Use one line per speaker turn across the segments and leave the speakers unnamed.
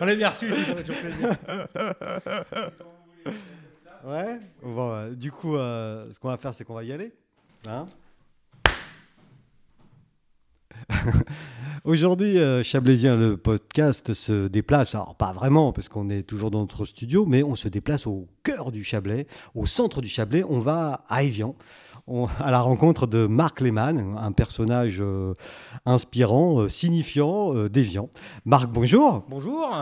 On est bien reçu ici, ça fait toujours plaisir.
Ouais. Bon, euh, du coup, euh, ce qu'on va faire, c'est qu'on va y aller. Hein Aujourd'hui, euh, Chablaisien, le podcast se déplace, alors pas vraiment parce qu'on est toujours dans notre studio, mais on se déplace au cœur du Chablais, au centre du Chablais, on va à Évian, on- à la rencontre de Marc Lehmann, un personnage euh, inspirant, euh, signifiant, euh, déviant. Marc, bonjour.
Bonjour.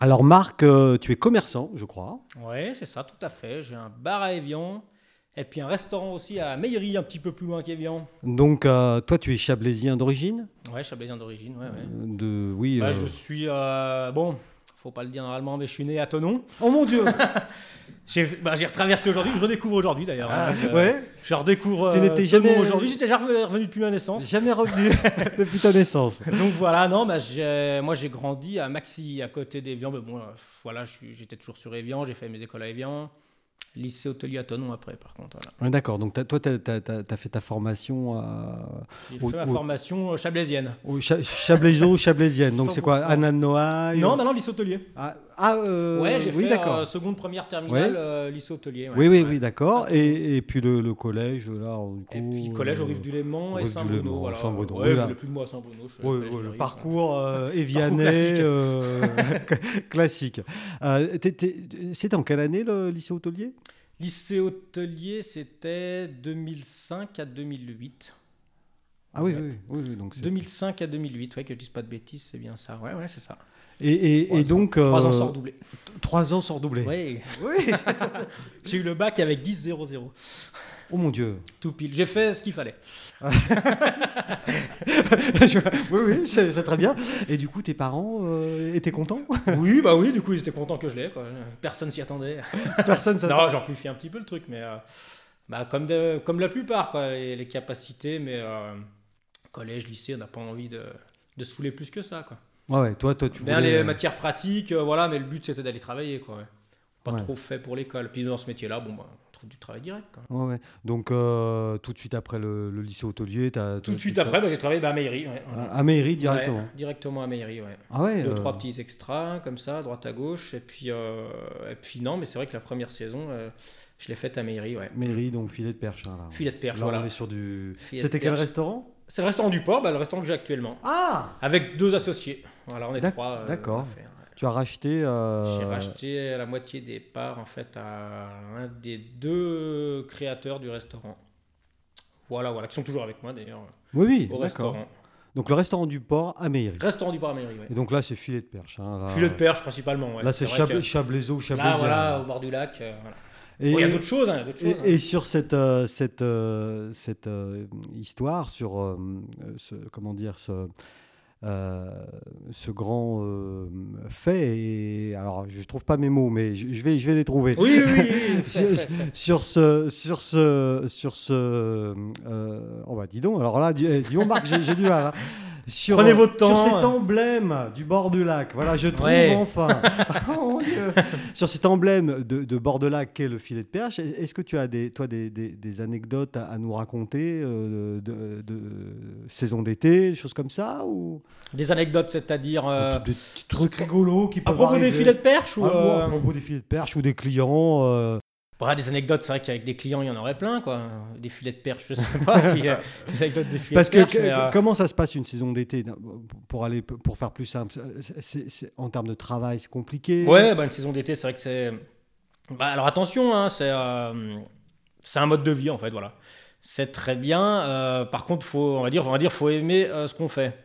Alors Marc, euh, tu es commerçant, je crois.
Ouais, c'est ça, tout à fait. J'ai un bar à Evian et puis un restaurant aussi à Meillery, un petit peu plus loin qu'Evian.
Donc, euh, toi, tu es chablaisien d'origine
Ouais, chablaisien d'origine, ouais, ouais.
Euh, de, Oui.
Bah,
euh,
je suis. euh, bon, faut pas le dire normalement, mais je suis né à Tonon.
Oh mon Dieu
J'ai bah, j'ai retraversé aujourd'hui, je redécouvre aujourd'hui d'ailleurs. hein, je,
Ah, Ouais,
je redécouvre
Tu
euh, Thonon
n'étais jamais-
aujourd'hui, j'étais déjà revenu depuis ma naissance.
jamais revenu depuis ta naissance.
Donc voilà, non, bah, j'ai- moi j'ai grandi à Maxi, à côté d'Evian. Mais bon, euh, voilà, je suis- j'étais toujours sur Evian, j'ai fait mes écoles à Evian. Lycée hôtelier à Tonon après, par contre. Voilà.
Ouais, D'accord, donc t'as- toi, tu as, fait ta formation à-
J'ai
Oui,
fait ma
oui.
formation euh, chablaisienne.
au Cha- Chablaiso, Chablaisienne. Donc, c'est quoi
100%.
Anna de Noailles
Non, bah non, lycée hôtelier.
Ah, ah, euh,
ouais, j'ai
oui,
fait
d'accord.
euh, seconde, première, terminale,
Ouais.
euh, lycée hôtelier. ouais.
oui, oui,
Ouais. Ah,
oui, d'accord. Et, et puis le, le collège, là, du coup.
Et puis collège au
euh,
Rive du Léman et
Rive du Léman,
Saint-Bruno. Voilà.
Saint-Bruno,
Ouais,
oui,
je
là.
voulais plus de moi à Saint-Bruno. je suis allé
Ouais,
au collège
ouais,
de
le
Rive,
parcours euh, évianais,
classique.
euh, classique. Euh, t'es- t'es- C'était en quelle année le lycée hôtelier
ouais. Lycée hôtelier, c'était 2005 à 2008.
Ah oui,
Ouais.
oui, oui, oui, donc c'est-
2005 à 2008, ouais, que je dise pas de bêtises, c'est bien ça. Ouais, ouais, c'est ça.
Et, et-
Trois
et
ans.
donc.
Trois ans
euh,
sans redoublé.
Trois ans sans redoubler.
Ouais.
Oui.
J'ai eu le bac avec 10-0-0.
oh mon Dieu.
Tout pile. J'ai fait ce qu'il fallait.
Je- oui, oui, c'est c'est très bien. Et du coup, tes parents euh, étaient contents
oui, bah oui, du coup, ils étaient contents que je l'ai. quoi. Personne s'y attendait.
Personne ça.
Non, j'amplifie un petit peu le truc, mais euh, bah, comme, de- comme la plupart, quoi, les, les capacités, mais euh, collège, lycée, on n'a pas envie de, de se fouler plus que ça. Quoi.
Ouais, ouais, toi, toi, tu
Bien
voulais,
les
euh,
matières pratiques, euh, voilà, mais le but c'était d'aller travailler. Quoi, ouais. Pas
Ouais.
trop fait pour l'école. Puis dans ce métier-là, bon, bah, on trouve du travail direct. quoi.
ouais, ouais. Donc, euh, tout de suite après le, le lycée hôtelier, t'as.
Tout de
t'as-
suite
t'as-
après, bah, j'ai travaillé bah, à Meillery. ouais, voilà.
À à Mairie directement.
Ouais, directement à Meillery, ouais.
Ah ouais
Deux,
euh,
trois petits extras, comme ça, droite à gauche. Et puis, euh, et puis non, mais c'est vrai que la première saison, euh, je l'ai faite à Meillery, ouais.
Mairie, donc filet de perche. hein, là.
Filet de perche,
Là,
voilà.
on est sur du.
Filet de
C'était quel
perche.
restaurant
C'est le restaurant du port, bah, le restaurant que j'ai actuellement.
Ah
Avec deux associés. Voilà, on est
D'ac-
trois. euh,
d'accord.
à faire, ouais.
Tu as racheté. euh,
J'ai racheté la moitié des parts, en fait, à un des deux créateurs du restaurant. Voilà, voilà, qui sont toujours avec moi, d'ailleurs,
Oui, oui,
au
d'accord.
restaurant.
Donc, le restaurant du port à Mairie.
Restaurant du port à Meillery, ouais.
Et donc là, c'est filet de perche. hein, là,
Filet de perche, principalement, ouais.
Là, c'est
vrai que-
Chabla- Chablaiso,
Là,
Chablaisien.
voilà, au bord du lac. euh, voilà.
Et-
Bon, il y a d'autres choses, hein, il y a d'autres choses. hein.
Et, et sur cette, euh, cette, euh, cette euh, histoire, sur euh, ce, comment dire, ce, euh, ce grand euh, fait, et, alors je trouve pas mes mots, mais je, je vais, je vais les trouver.
Oui, oui, oui, oui.
Sur, sur ce, sur ce, sur ce, euh, oh bah dis donc, alors là, dis, eh, dis donc, Marc, j'ai j'ai du mal. hein. Sur,
Prenez
euh,
votre temps. hein.
Sur cet emblème du bord du lac, voilà, je trouve
Ouais.
enfin. Oh mon Dieu. Sur cet emblème de, de bord du lac qu'est le filet de perche, est- est-ce que tu as des, toi, des, des- des anecdotes à, à nous raconter euh, de, de- de saison d'été, des choses comme ça ou
Des anecdotes, c'est-à-dire euh,
des petits trucs rigolos qui
à
peuvent
propos
arriver
des filets de perche ou
Ah, ou
euh,
à propos des filets de perche ou des clients. euh,
bah, des anecdotes, c'est vrai qu'avec des clients, il y en aurait plein quoi. Des filets de perche, je sais pas si euh, des anecdotes des filets
Parce
de
que,
perche.
que-
mais, euh,
comment ça se passe une saison d'été d'un- pour aller pour faire plus simple c'est- c'est- c'est- En termes de travail, c'est compliqué.
Ouais, bah, une saison d'été, c'est vrai que c'est. Bah, alors attention, hein, c'est euh, c'est un mode de vie en fait, voilà. C'est très bien. euh, par contre, faut, on va dire, on va dire, faut aimer euh, ce qu'on fait.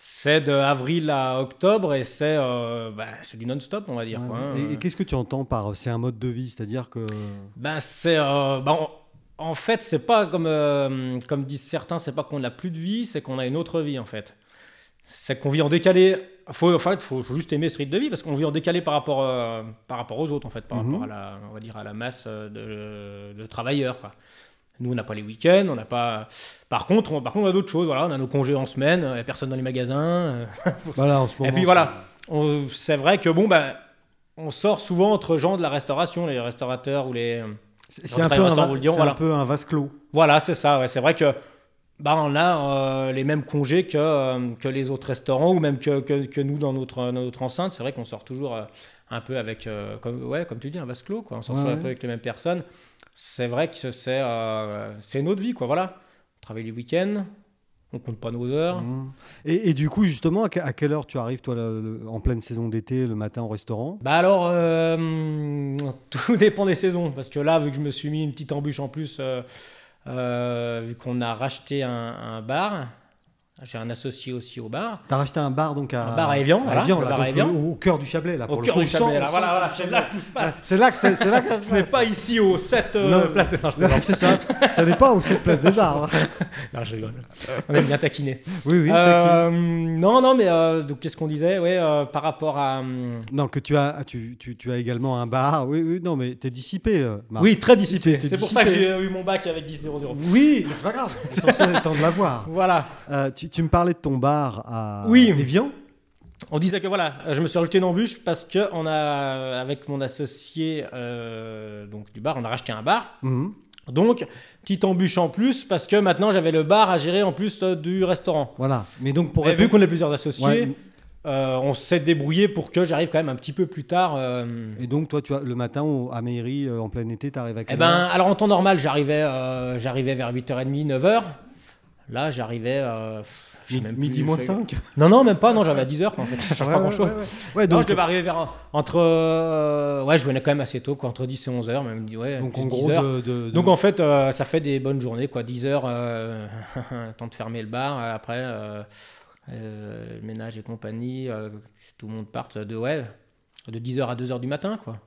C'est de avril à octobre et c'est euh, bah, c'est du non-stop, on va dire. quoi, hein.
Ouais, et et qu'est-ce que tu entends par euh, c'est un mode de vie C'est-à-dire que.
Ben, c'est. euh, ben, on- en fait, c'est pas comme, euh, comme disent certains, c'est pas qu'on n'a plus de vie, c'est qu'on a une autre vie, en fait. C'est qu'on vit en décalé. Faut, en fait, faut, faut juste aimer ce rythme de vie parce qu'on vit en décalé par rapport, euh, par rapport aux autres, en fait, par
Mhm.
rapport à la, on va dire, à la masse euh, de, de travailleurs, quoi. Nous, on n'a pas les week-ends, on n'a pas. Par contre, on, par contre, on a d'autres choses. Voilà, on a nos congés en semaine, il n'y a personne dans les magasins. euh,
Voilà, en ce moment.
et puis
c'est-
voilà, on- c'est vrai que bon, ben, on sort souvent entre gens de la restauration, les restaurateurs ou les.
C'est
Dans
c'est un,
le
peu un,
restaurant,
va-
vous le diront,
c'est un
voilà.
peu un vase clos.
Voilà, c'est ça. ouais. C'est vrai que bah, on a euh, les mêmes congés que, euh, que les autres restaurants ou même que, que, que nous dans notre, dans notre enceinte. C'est vrai qu'on sort toujours euh, un peu avec, euh, comme, ouais, comme tu dis, un vase clos. Quoi. On sort
Ouais,
toujours un
ouais.
peu avec les mêmes personnes. C'est vrai que c'est euh, c'est notre vie. Quoi, voilà. On travaille les week-ends, on compte pas nos heures.
Mmh. Et, et du coup, justement, à, que- à quelle heure tu arrives, toi, le- le- en pleine saison d'été, le matin au restaurant
Bah alors, euh, tout dépend des saisons. Parce que là, vu que je me suis mis une petite embûche en plus, euh, euh, vu qu'on a racheté un, un bar, j'ai un associé aussi au bar.
T'as racheté un bar donc à
Un bar à Évian, voilà,
Évian,
le
là,
bar à
donc,
Évian.
au, au cœur du Chablais
Au
là. Ah, pour le
cœur
coup,
du
au
Chablais, là,
centre-
voilà, voilà, c'est là que tout se passe.
C'est là que c'est c'est là que ça se
Ce n'est
passe.
pas ici au 7
Non.
place de... Non, je
Là,
plaisante.
c'est ça. Ça n'est pas au cette place des arbres.
Non, je rigole. On aime bien taquiner.
Oui, oui. t'inquiète.
Euh, non, non, mais euh, donc qu'est-ce qu'on disait Ouais, euh, par rapport à... hum,
Non, que tu as, ah, tu, tu, tu as également un bar. Oui, oui. Non, mais t'es dissipé, euh, Marc.
Oui, très dissipé.
T'es- t'es
C'est pour ça que
dissipé.
j'ai eu mon bac avec 10-0-0.
Oui, mais c'est pas grave. L'essentiel étant de l'avoir.
Voilà.
Euh, tu, tu me parlais de ton bar à
Oui.
Évian.
On disait que voilà, euh, je me suis rajouté une embûche parce que on a, avec mon associé euh, donc du bar, on a racheté un bar.
Mhm.
Donc, petite embûche en plus parce que maintenant j'avais le bar à gérer en plus euh, du restaurant.
Voilà. Mais donc pour
Et vu
répondre-
qu'on est plusieurs associés,
Ouais.
euh, on s'est débrouillé pour que j'arrive quand même un petit peu plus tard. euh,
Et donc toi, tu as le matin au- à Mairie euh, en plein été, t'arrives à quelle
Eh
heure
ben, alors en temps normal, j'arrivais euh, j'arrivais vers 8h30, 9h. Là, j'arrivais. euh, pff, je sais
Mi-
même plus,
midi
je
moins
sais-
5
Non, non, même pas. Non, j'avais à 10h. En fait, ça change pas grand chose.
Ouais, ouais. Ouais,
Non,
donc,
je devais arriver vers entre. euh, ouais, je venais quand même assez tôt, quoi, entre 10 et 11 heures, même. Ouais,
donc,
plus
en
10
gros,
heures.
de, de-
Donc
de-
en fait, euh, ça fait des bonnes journées, quoi. 10 heures, euh, temps de fermer le bar. euh, Après, euh, euh, le ménage et compagnie, euh, tout le monde part de ouais, de 10 heures à 2 heures du matin, quoi.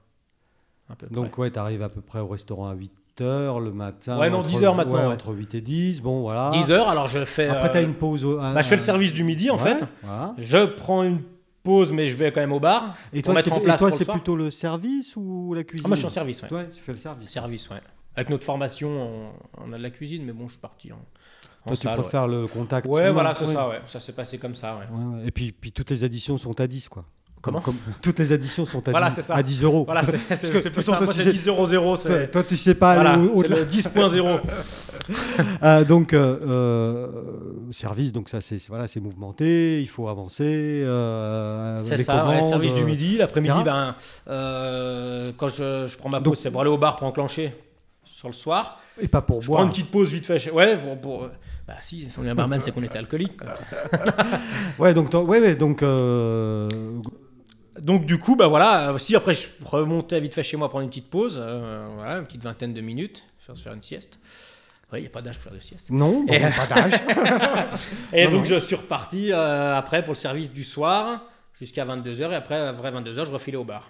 Un peu près.
donc ouais, t'arrives à peu près au restaurant à 8h le matin.
Ouais, non,
entre-
10 heures maintenant,
ouais,
ouais.
Entre 8 et 10, bon voilà.
10 heures, alors je fais.
Après, t'as
euh,
une pause. au- à-
bah, je fais le service du midi, en
Ouais,
fait.
voilà.
Je prends une pause, mais je vais quand même au bar.
Et
pour
toi,
mettre
c'est
en
et
place
toi,
pour le
c'est
soir.
plutôt le service ou la cuisine
Ah, moi, je suis en service, ouais.
Toi, tu fais le service.
Service, ouais. Avec notre formation, on, on a de la cuisine, mais bon, je suis parti en, en
Toi, tu
salle,
préfères le contact.
Ouais, ouais
humain,
voilà, c'est ça, ouais. Ça s'est passé comme ça, ouais.
Ouais, ouais. Et puis, puis toutes les additions sont à 10, quoi.
Comment
Comme- Toutes les additions sont à
Voilà,
10,
c'est ça.
à 10 euros.
Voilà, c'est
que,
c'est-
de
c'est plus
toute façon,
simple.
toi,
Moi,
tu
c'est
sais-
10.00,
Toi,
c'est...
toi, tu sais pas aller
Voilà,
au-
c'est
au-delà.
le 10.0.
Ah, donc, euh, euh, service, donc ça, c'est c'est- voilà, c'est mouvementé, il faut avancer. euh,
C'est
les
ça, ouais,
commandes,
service du
euh,
midi. L'après-midi,
etc.
ben, euh, quand je, je prends ma
Donc-
pause, c'est pour aller au bar pour enclencher sur le soir.
Et pas pour
Je
boire.
prends une petite pause vite fait. chez- Ouais, pour... pour- Bah si, si on est un barman, c'est qu'on était alcoolique. quoi.
Ouais, donc, t'en- ouais, ouais, donc euh,
Donc du coup, bah voilà, euh, si après je remontais vite fait chez moi prendre une petite pause, euh, voilà, une petite vingtaine de minutes, faire, faire une sieste. Ouais, il n'y a pas d'âge pour faire de sieste.
non, bon,
Et-
bah, pas d'âge.
Et
Non,
donc
non.
je suis reparti euh, après pour le service du soir jusqu'à 22h et après après 22h je refilais au bar.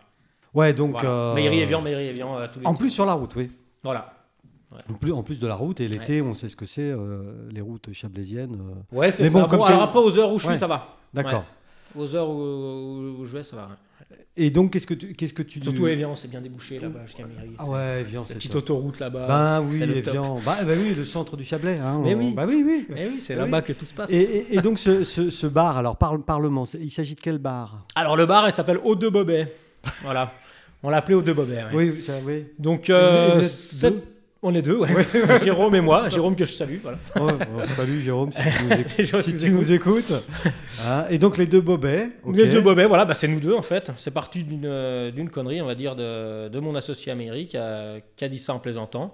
Ouais, donc.
Voilà.
euh,
Mairie et Vian, Mairie et Vian, euh, tous les
En
petits.
plus sur la route, oui.
voilà.
En plus, en plus de la route et l'été, on sait ce que c'est, euh, les routes chablaisiennes. euh,
Ouais, c'est
Mais
ça.
bon, comme
Bon, alors
t'es-
après aux heures où je suis
Ouais.
ça va.
D'accord.
Aux heures où, où je vais ça va.
Et donc, qu'est-ce que tu, qu'est-ce que tu
Surtout Evian, c'est bien débouché là-bas jusqu'à Mairie.
Ah ouais, Evian,
C'est-
c'est
la petite
top.
autoroute là-bas.
Ben oui,
c'est le top.
Evian. Bah, bah oui, le centre du Chablais. hein,
Mais
on-
oui.
Bah oui, oui.
Eh oui, c'est
Eh
là-bas que tout se passe.
Et, et- et donc ce, ce- ce bar, alors parle, parlement, c'est- il s'agit de quel bar
Alors le bar, il s'appelle Au Deux Bobet. voilà. On l'appelait Au Deux Bobet. ouais.
Oui, ça, oui.
Donc euh,
Vous êtes- vous êtes
c'est-
deux
on est deux, ouais. Jérôme et moi. Jérôme que je salue. Voilà.
Oh, oh, salut Jérôme, si tu nous, éc-
Salut, Jérôme,
si
tu
tu nous écoutes. Hein, et donc les deux bobets. ok.
Les deux Bobet, voilà, bah, c'est nous deux en fait. C'est parti d'une euh, d'une connerie, on va dire, de, de mon associé Amérique qui a, qui a dit ça en plaisantant.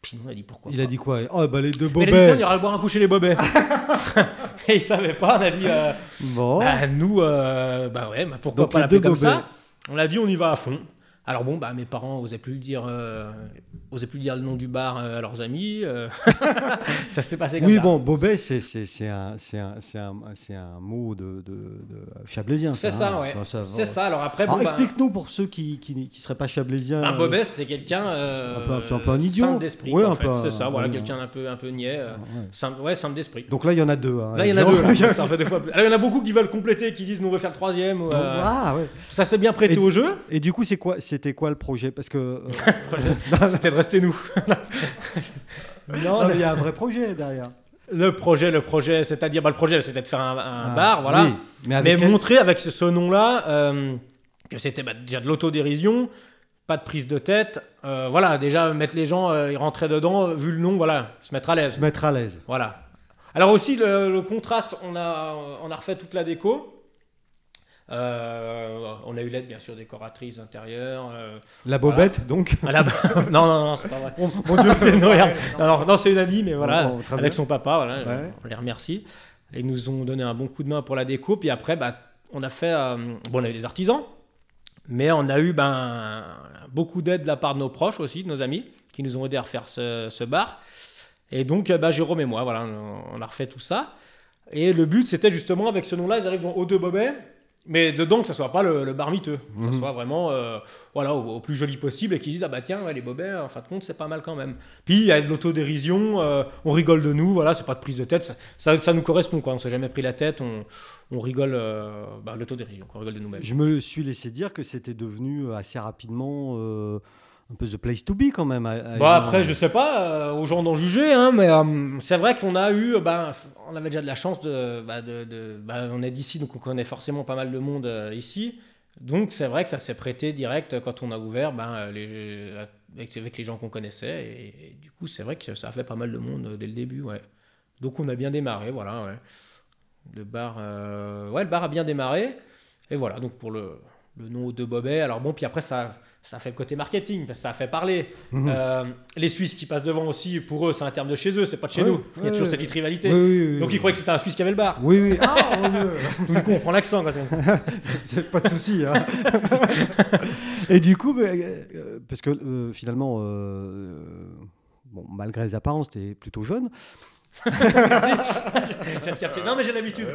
Puis nous, on a dit pourquoi.
Il a
pas.
dit quoi Oh, bah les deux
Mais il a dit, tiens, on
bobets.
ira boire un coup chez les Bobet. et il savait pas, on a dit. euh,
Bon.
Bah, nous, euh, bah ouais, bah, pourquoi
Oh. Donc,
pas
les
l'appeler
deux
comme
bobets.
ça On l'a dit, on y va à fond. Alors bon, bah mes parents osaient plus le dire, euh, osaient plus dire le nom du bar euh, à leurs amis. euh. ça s'est passé comme
Oui,
ça.
bon, bobet, c'est c'est- c'est un, c'est un, c'est un, c'est un mot de, de- de chablaisien.
C'est
hein,
ça, ouais. C'est ça. Alors après,
Alors
bon, bah,
explique-nous pour ceux qui qui, qui seraient pas chablaisiens.
un
Ah, euh,
bobès, c'est quelqu'un,
c'est- c'est
euh,
un peu- c'est un peu un idiot.
simple d'esprit.
Ouais,
quoi, en
un
fait.
peu un-
C'est ça, voilà,
un-
quelqu'un un peu, un peu niais, euh,
ouais.
simple, ouais, simple d'esprit.
Donc là, il y en a deux. hein,
Là, il y en a deux.
évidemment.
là. Ça en fait deux fois plus. Alors, il y en a beaucoup qui veulent compléter, qui disent nous on veut faire le troisième. ou, euh,
Ah, ouais.
Ça s'est bien prêté
Et-
au jeu.
Et du coup, c'est quoi, c'était quoi le projet Parce que euh,
C'était de rester nous. non,
non, mais
mais-
il y a un vrai projet derrière.
Le projet, le projet, c'est-à-dire, bah, le projet, c'était de faire un, un
Ah,
bar, voilà.
oui. Mais
Mais
avec quel-
montrer avec ce, ce nom-là euh, que c'était bah, déjà de l'autodérision, pas de prise de tête. euh, voilà, déjà, mettre les gens, euh, ils rentraient dedans, euh, vu le nom, voilà, se mettre à
se
l'aise.
mettre à l'aise.
Voilà. Alors aussi, le, le contraste, on a, on a refait toute la déco. Euh, on a eu l'aide, bien sûr, décoratrice d'intérieur. euh,
La bobette, donc.
à la- non, non, non, c'est pas vrai.
Mon mon Dieu,
C'est- non,
Ouais,
regarde. Non, non, non, c'est une amie, mais voilà,
Bon, bon, très
avec
bien.
son papa, voilà,
Ouais.
on les remercie. Et Ils nous ont donné un bon coup de main pour la déco. Puis après, bah, on a fait, euh, bon, on a eu des artisans, mais on a eu ben, beaucoup d'aide de la part de nos proches aussi, de nos amis, qui nous ont aidés à refaire ce, ce bar. Et donc, euh, bah, Jérôme et moi, voilà, on on a refait tout ça. Et le but, c'était justement, avec ce nom-là, ils arrivent dans Haut de Bobet, mais dedans, que ça soit pas le, le bar miteux, que ça
Mhm.
soit vraiment euh, voilà, au, au plus joli possible, et qu'ils disent, ah bah tiens, ouais, les Bobets, en fin de compte, c'est pas mal quand même. Puis, il y a de l'autodérision, euh, on rigole de nous, voilà, c'est pas de prise de tête, ça, ça, ça nous correspond, quoi, on s'est jamais pris la tête, on, on rigole, euh, bah, l'autodérision, quoi, on rigole de nous-mêmes.
Je me suis laissé dire que c'était devenu euh, assez rapidement euh, un peu the place to be quand même. à- à
Bah,
Evian.
après, je sais pas, euh, aux gens d'en juger, hein, mais euh, c'est vrai qu'on a eu, euh, ben, f- on avait déjà de la chance de, bah, de- de- bah, on est d'ici, donc on connaît forcément pas mal de monde euh, ici. Donc c'est vrai que ça s'est prêté direct euh, quand on a ouvert, ben, euh, les- avec, avec les gens qu'on connaissait, et, et du coup c'est vrai que ça a fait pas mal de monde euh, dès le début, ouais. Donc on a bien démarré, voilà. ouais. Le bar, euh, ouais, le bar a bien démarré, et voilà. Donc pour le, le nom de Bobet, alors bon, puis après ça, ça fait le côté marketing, parce que ça a fait parler.
Mhm.
Euh, les Suisses qui passent devant aussi, pour eux, c'est un terme de chez eux, c'est pas de chez
Ouais,
nous. Il y a
ouais,
toujours
ouais.
cette petite
Oui,
rivalité.
oui, oui,
Donc
oui.
ils croyaient que c'était un Suisse qui avait le bar.
Oui, oui. Ah, mon Dieu.
Du coup, on prend l'accent. quoi, c'est comme ça.
C'est pas de souci. hein. Et du coup, euh, euh, parce que euh, finalement, euh, bon, malgré les apparences, tu es plutôt jeune.
Je viens de capter. Non, mais j'ai l'habitude.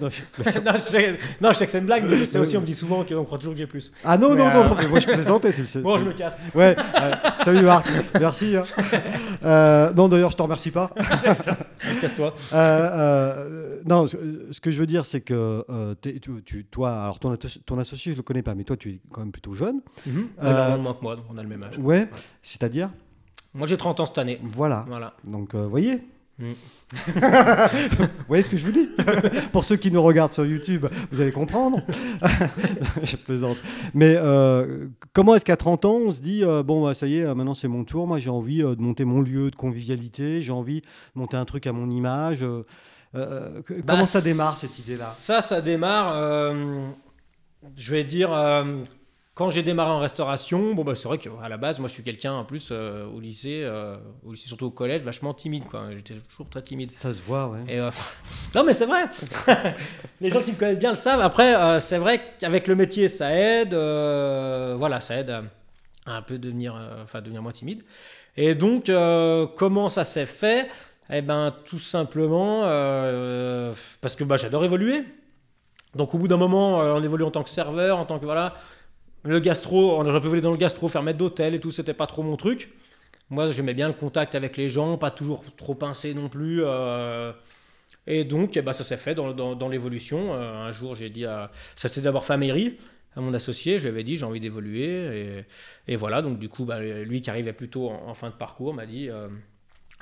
Non, je-
non, je sais, non, je sais que c'est une blague, mais je sais aussi, on me dit souvent qu'on croit toujours que j'ai plus.
Ah non,
Mais,
non,
euh,
non, mais moi je plaisantais, tu le sais.
Bon,
tu-
je me casse.
Ouais, ouais. salut Marc, merci. hein. Euh, non, d'ailleurs, je te remercie pas.
Casse-toi.
Euh, euh, non, ce, ce que je veux dire, c'est que euh, t'es- tu, tu- toi, alors ton, asso- ton associé, je le connais pas, mais toi, tu es quand même plutôt jeune.
Mhm.
Euh,
Ouais, bah, on manque moi, donc on a le même âge.
Ouais, c'est-à-dire,
Moi, j'ai 30 ans cette année.
voilà.
Voilà.
Donc, euh, voyez.
Mm.
vous voyez ce que je vous dis Pour ceux qui nous regardent sur YouTube, vous allez comprendre. je plaisante. Mais euh, comment est-ce qu'à 30 ans, on se dit euh, bon, bah, ça y est, euh, maintenant c'est mon tour. Moi, j'ai envie euh, de monter mon lieu de convivialité. J'ai envie de monter un truc à mon image. euh, euh, que-
Bah,
comment ça démarre cette idée-là
Ça, ça démarre, euh, je vais dire, euh, quand j'ai démarré en restauration, bon, bah, c'est vrai qu'à la base, moi, je suis quelqu'un, en plus, euh, au lycée, euh, au lycée, surtout au collège, vachement timide, quoi. J'étais toujours très timide.
Ça se voit, ouais.
Et, euh, Non, mais c'est vrai. Les gens qui me connaissent bien le savent. Après, euh, c'est vrai qu'avec le métier, ça aide. euh, voilà, ça aide à, à un peu devenir, euh, enfin, devenir moins timide. Et donc, euh, comment ça s'est fait Eh ben, tout simplement euh, parce que bah, j'adore évoluer. Donc, au bout d'un moment, euh, on évolue en tant que serveur, en tant que voilà. Le gastro, on aurait pu voler dans le gastro, faire maître d'hôtel et tout, c'était pas trop mon truc. Moi, j'aimais bien le contact avec les gens, pas toujours trop pincé non plus. euh, et donc, eh ben, ça s'est fait dans, dans- dans l'évolution. Euh, un jour, j'ai dit à... Ça s'est d'abord fait à mairie, à mon associé. Je lui avais dit, j'ai envie d'évoluer. Et, et voilà, donc du coup, bah, lui qui arrivait plutôt en, en fin de parcours m'a dit... euh,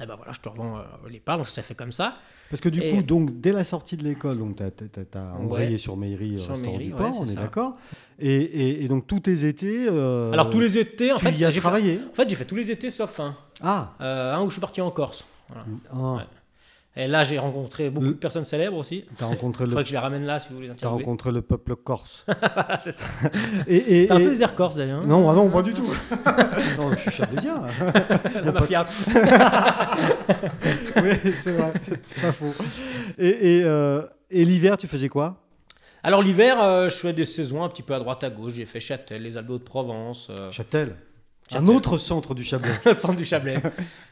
eh ben voilà, je te revends euh, les parts, donc ça s'est fait comme ça.
Parce que du
Et-
coup, donc, dès la sortie de l'école, donc t'as t'as- t'as
Ouais.
embrayé sur Mairie, euh,
Sur
restaurant
Mairie,
du
ouais,
port,
c'est
on est
ça.
d'accord. Et, et- et donc tous tes étés. euh,
Alors tous les étés, en
tu
fait,
y as
j'ai fait,
travaillé.
en fait, j'ai fait tous les étés sauf un,
Ah.
Euh, un où je suis parti en Corse. Voilà.
Ah.
Ouais. Et là, j'ai rencontré beaucoup
Le-
de personnes célèbres aussi.
T'as rencontré
Il
le
faudrait que je les ramène là si vous voulez les
T'as
interviewer.
rencontré le peuple corse.
C'est ça.
Et, et-
T'as un
et-
peu les airs corse d'ailleurs. hein.
Non, ah non, pas du tout. non, je suis chabésien.
la mafia.
oui, c'est vrai. C'est pas faux. Et, et, euh, et l'hiver, tu faisais quoi
Alors l'hiver, euh, je fais des saisons un petit peu à droite à gauche. J'ai fait Châtel, les Alpes de Provence, euh,
Châtel. Un
Châtel.
autre centre du Chablais.
le centre du Chablais.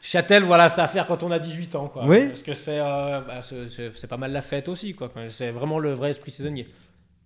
Châtel, voilà, ça à faire quand on a 18 ans, quoi.
Oui.
Parce que c'est, euh, bah, c'est- c'est c'est pas mal la fête aussi, quoi. Quand- C'est vraiment le vrai esprit saisonnier.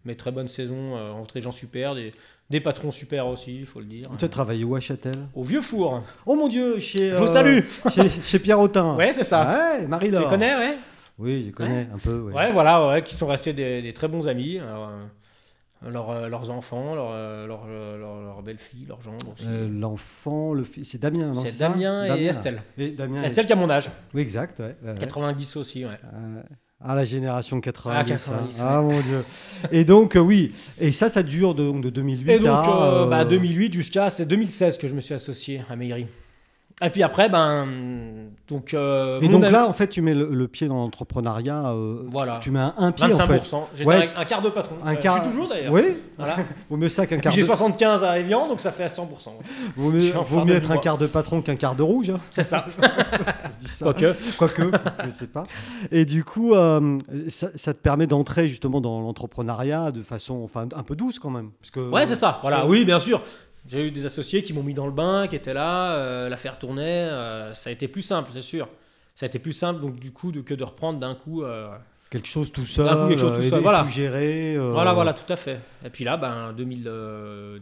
Mais très bonne saison, euh, rencontrer des gens super, des, des patrons super aussi, il faut le dire.
tu as travaillé où à Châtel
Au vieux four.
Oh mon Dieu, chez.
Je vous salue.
Chez, chez Pierre Autin.
Ouais, c'est ça.
Ouais, Marie
tu les connais, ouais.
Ah, Oui, je les connais un peu. Ouais.
Ouais, voilà, ouais, qui sont restés des, des très bons amis. Alors, euh, leurs, euh, leurs enfants, leurs euh, leurs euh, leurs- leurs belles-filles, leurs gendres aussi.
Euh, L'enfant, le fils, c'est Damien, non
c'est
ça
Damien et Estelle.
Et Damien et
Estelle qui a mon âge.
Oui, exact. ouais, ouais, ouais.
90 aussi, ouais.
Euh, Ah, la génération 90.
Ah, 90,
hein. Ah, mon Dieu. Et donc, euh, oui. Et ça, ça dure de, donc de 2008
Et donc,
à.
euh,
euh,
bah, 2008 jusqu'à c'est 2016 que je me suis associé à Maigri. Et puis après, ben. Donc, euh,
Et
mon
donc
avis-
là, en fait, tu mets le, le pied dans l'entrepreneuriat. euh,
Voilà.
Tu, tu mets un, un pied en
25%.
fait.
J'étais
Ouais.
avec un quart de patron.
Un
Euh,
quart-
Je suis toujours d'ailleurs.
Oui,
Voilà.
vaut mieux ça qu'un quart.
J'ai
De...
75 à Evian, donc ça fait à 100%. ouais.
Vaut
je
mieux,
suis en
vaut
fin
mieux
de
être un
mois.
quart de patron qu'un quart de rouge. hein.
C'est ça.
Je dis ça.
Quoique.
Quoique, je ne sais pas. Et du coup, euh, ça, ça te permet d'entrer justement dans l'entrepreneuriat de façon enfin, un peu douce quand même. Euh, Parce que,
Ouais, c'est ça. Voilà.
que-
Oui, bien sûr. J'ai eu des associés qui m'ont mis dans le bain, qui étaient là, euh, l'affaire tournait. euh, ça a été plus simple, c'est sûr. Ça a été plus simple, donc du coup, de, que de reprendre d'un coup. euh,
Quelque chose tout seul,
D'un coup, quelque chose tout
euh,
seul,
et
voilà.
tout gérer. euh,
Voilà, voilà, tout à fait. Et puis là, ben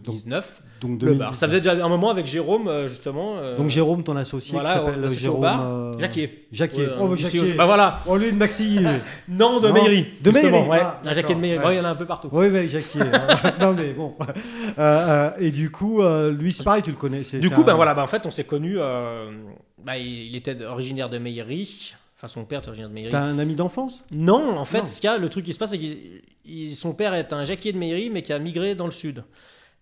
2019,
Donc,
le
2010.
bar. Ça faisait déjà un moment avec Jérôme, euh, justement. euh,
donc Jérôme, ton associé
voilà,
qui s'appelle
l'associé au
Jérôme.
bar,
euh,
Jacquier.
Jacquier.
Ouais,
oh, bah,
ici,
Jacquier.
Bah voilà.
Oh, lui de Maxi.
Non, de
Non,
Mairie.
de
justement,
Mairie,
Ouais.
ah,
Un Jacquier de
d'accord,
Mairie.
ouais.
Ouais, il y en a un peu partout.
oui, mais Jacquier. hein. non, mais bon. Euh, euh, et du coup, euh, lui, c'est pareil, tu le connais. c'est-
Du
c'est
coup,
un-
ben voilà, ben, en fait, on s'est connus. euh, bah, il il était originaire de Meillery. Enfin, son père était originaire de Meillery.
C'est un ami d'enfance
Non, en fait,
Non.
ce qu'il y a, le truc qui se passe, c'est que son père est un jacquier de Meillery, mais qui a migré dans le sud.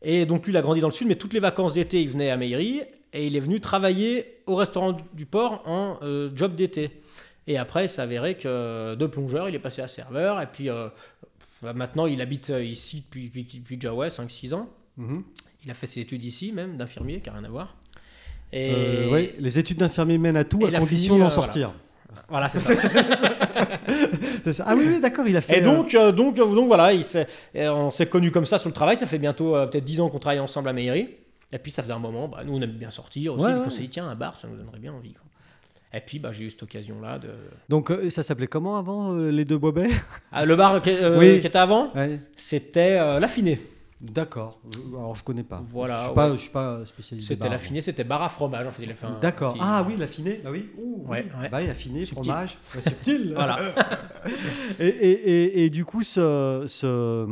Et donc, lui, il a grandi dans le sud, mais toutes les vacances d'été, il venait à Meillery et il est venu travailler au restaurant du port en euh, job d'été. Et après, il s'est avéré que euh, de plongeur, il est passé à serveur. Et puis, euh, bah, maintenant, il habite euh, ici depuis, depuis, depuis déjà ouais, 5-6 ans.
Mhm.
Il a fait ses études ici, même, d'infirmier, qui n'a rien à voir. Et
Euh, ouais, les études d'infirmier mènent à tout,
Et
à
il a
condition
fini,
d'en
euh,
sortir.
voilà, c'est ça.
C'est ça. Ah oui, oui, d'accord, il a fait.
Et donc, euh, donc, euh, donc voilà, il s'est- euh, on s'est connus comme ça sur le travail. Ça fait bientôt euh, peut-être 10 ans qu'on travaille ensemble à Mairie. Et puis ça faisait un moment, bah, nous on aime bien sortir aussi.
Ouais,
donc
ouais.
on s'est dit, tiens, un bar, ça nous donnerait bien envie. quoi. Et puis bah, j'ai eu cette occasion-là de.
euh, donc euh, ça s'appelait comment avant euh, les deux bobets
Ah, le bar qui
Oui.
était avant,
Ouais,
c'était euh, l'affiné.
D'accord. Je- Alors je connais pas.
Voilà,
Je suis
ouais.
pas, je suis pas spécialiste.
C'était
barbe.
l'affiné, c'était bar à fromage en fait. Il a fait un
D'accord.
petit-
Ah oui, l'affiné. Bah oui. Ouh,
Ouais,
oui.
ouais.
Bah, oui, affiné,
Subtil.
fromage. Ouais, subtil.
Voilà.
Et, et, et, et du coup, ce, ce-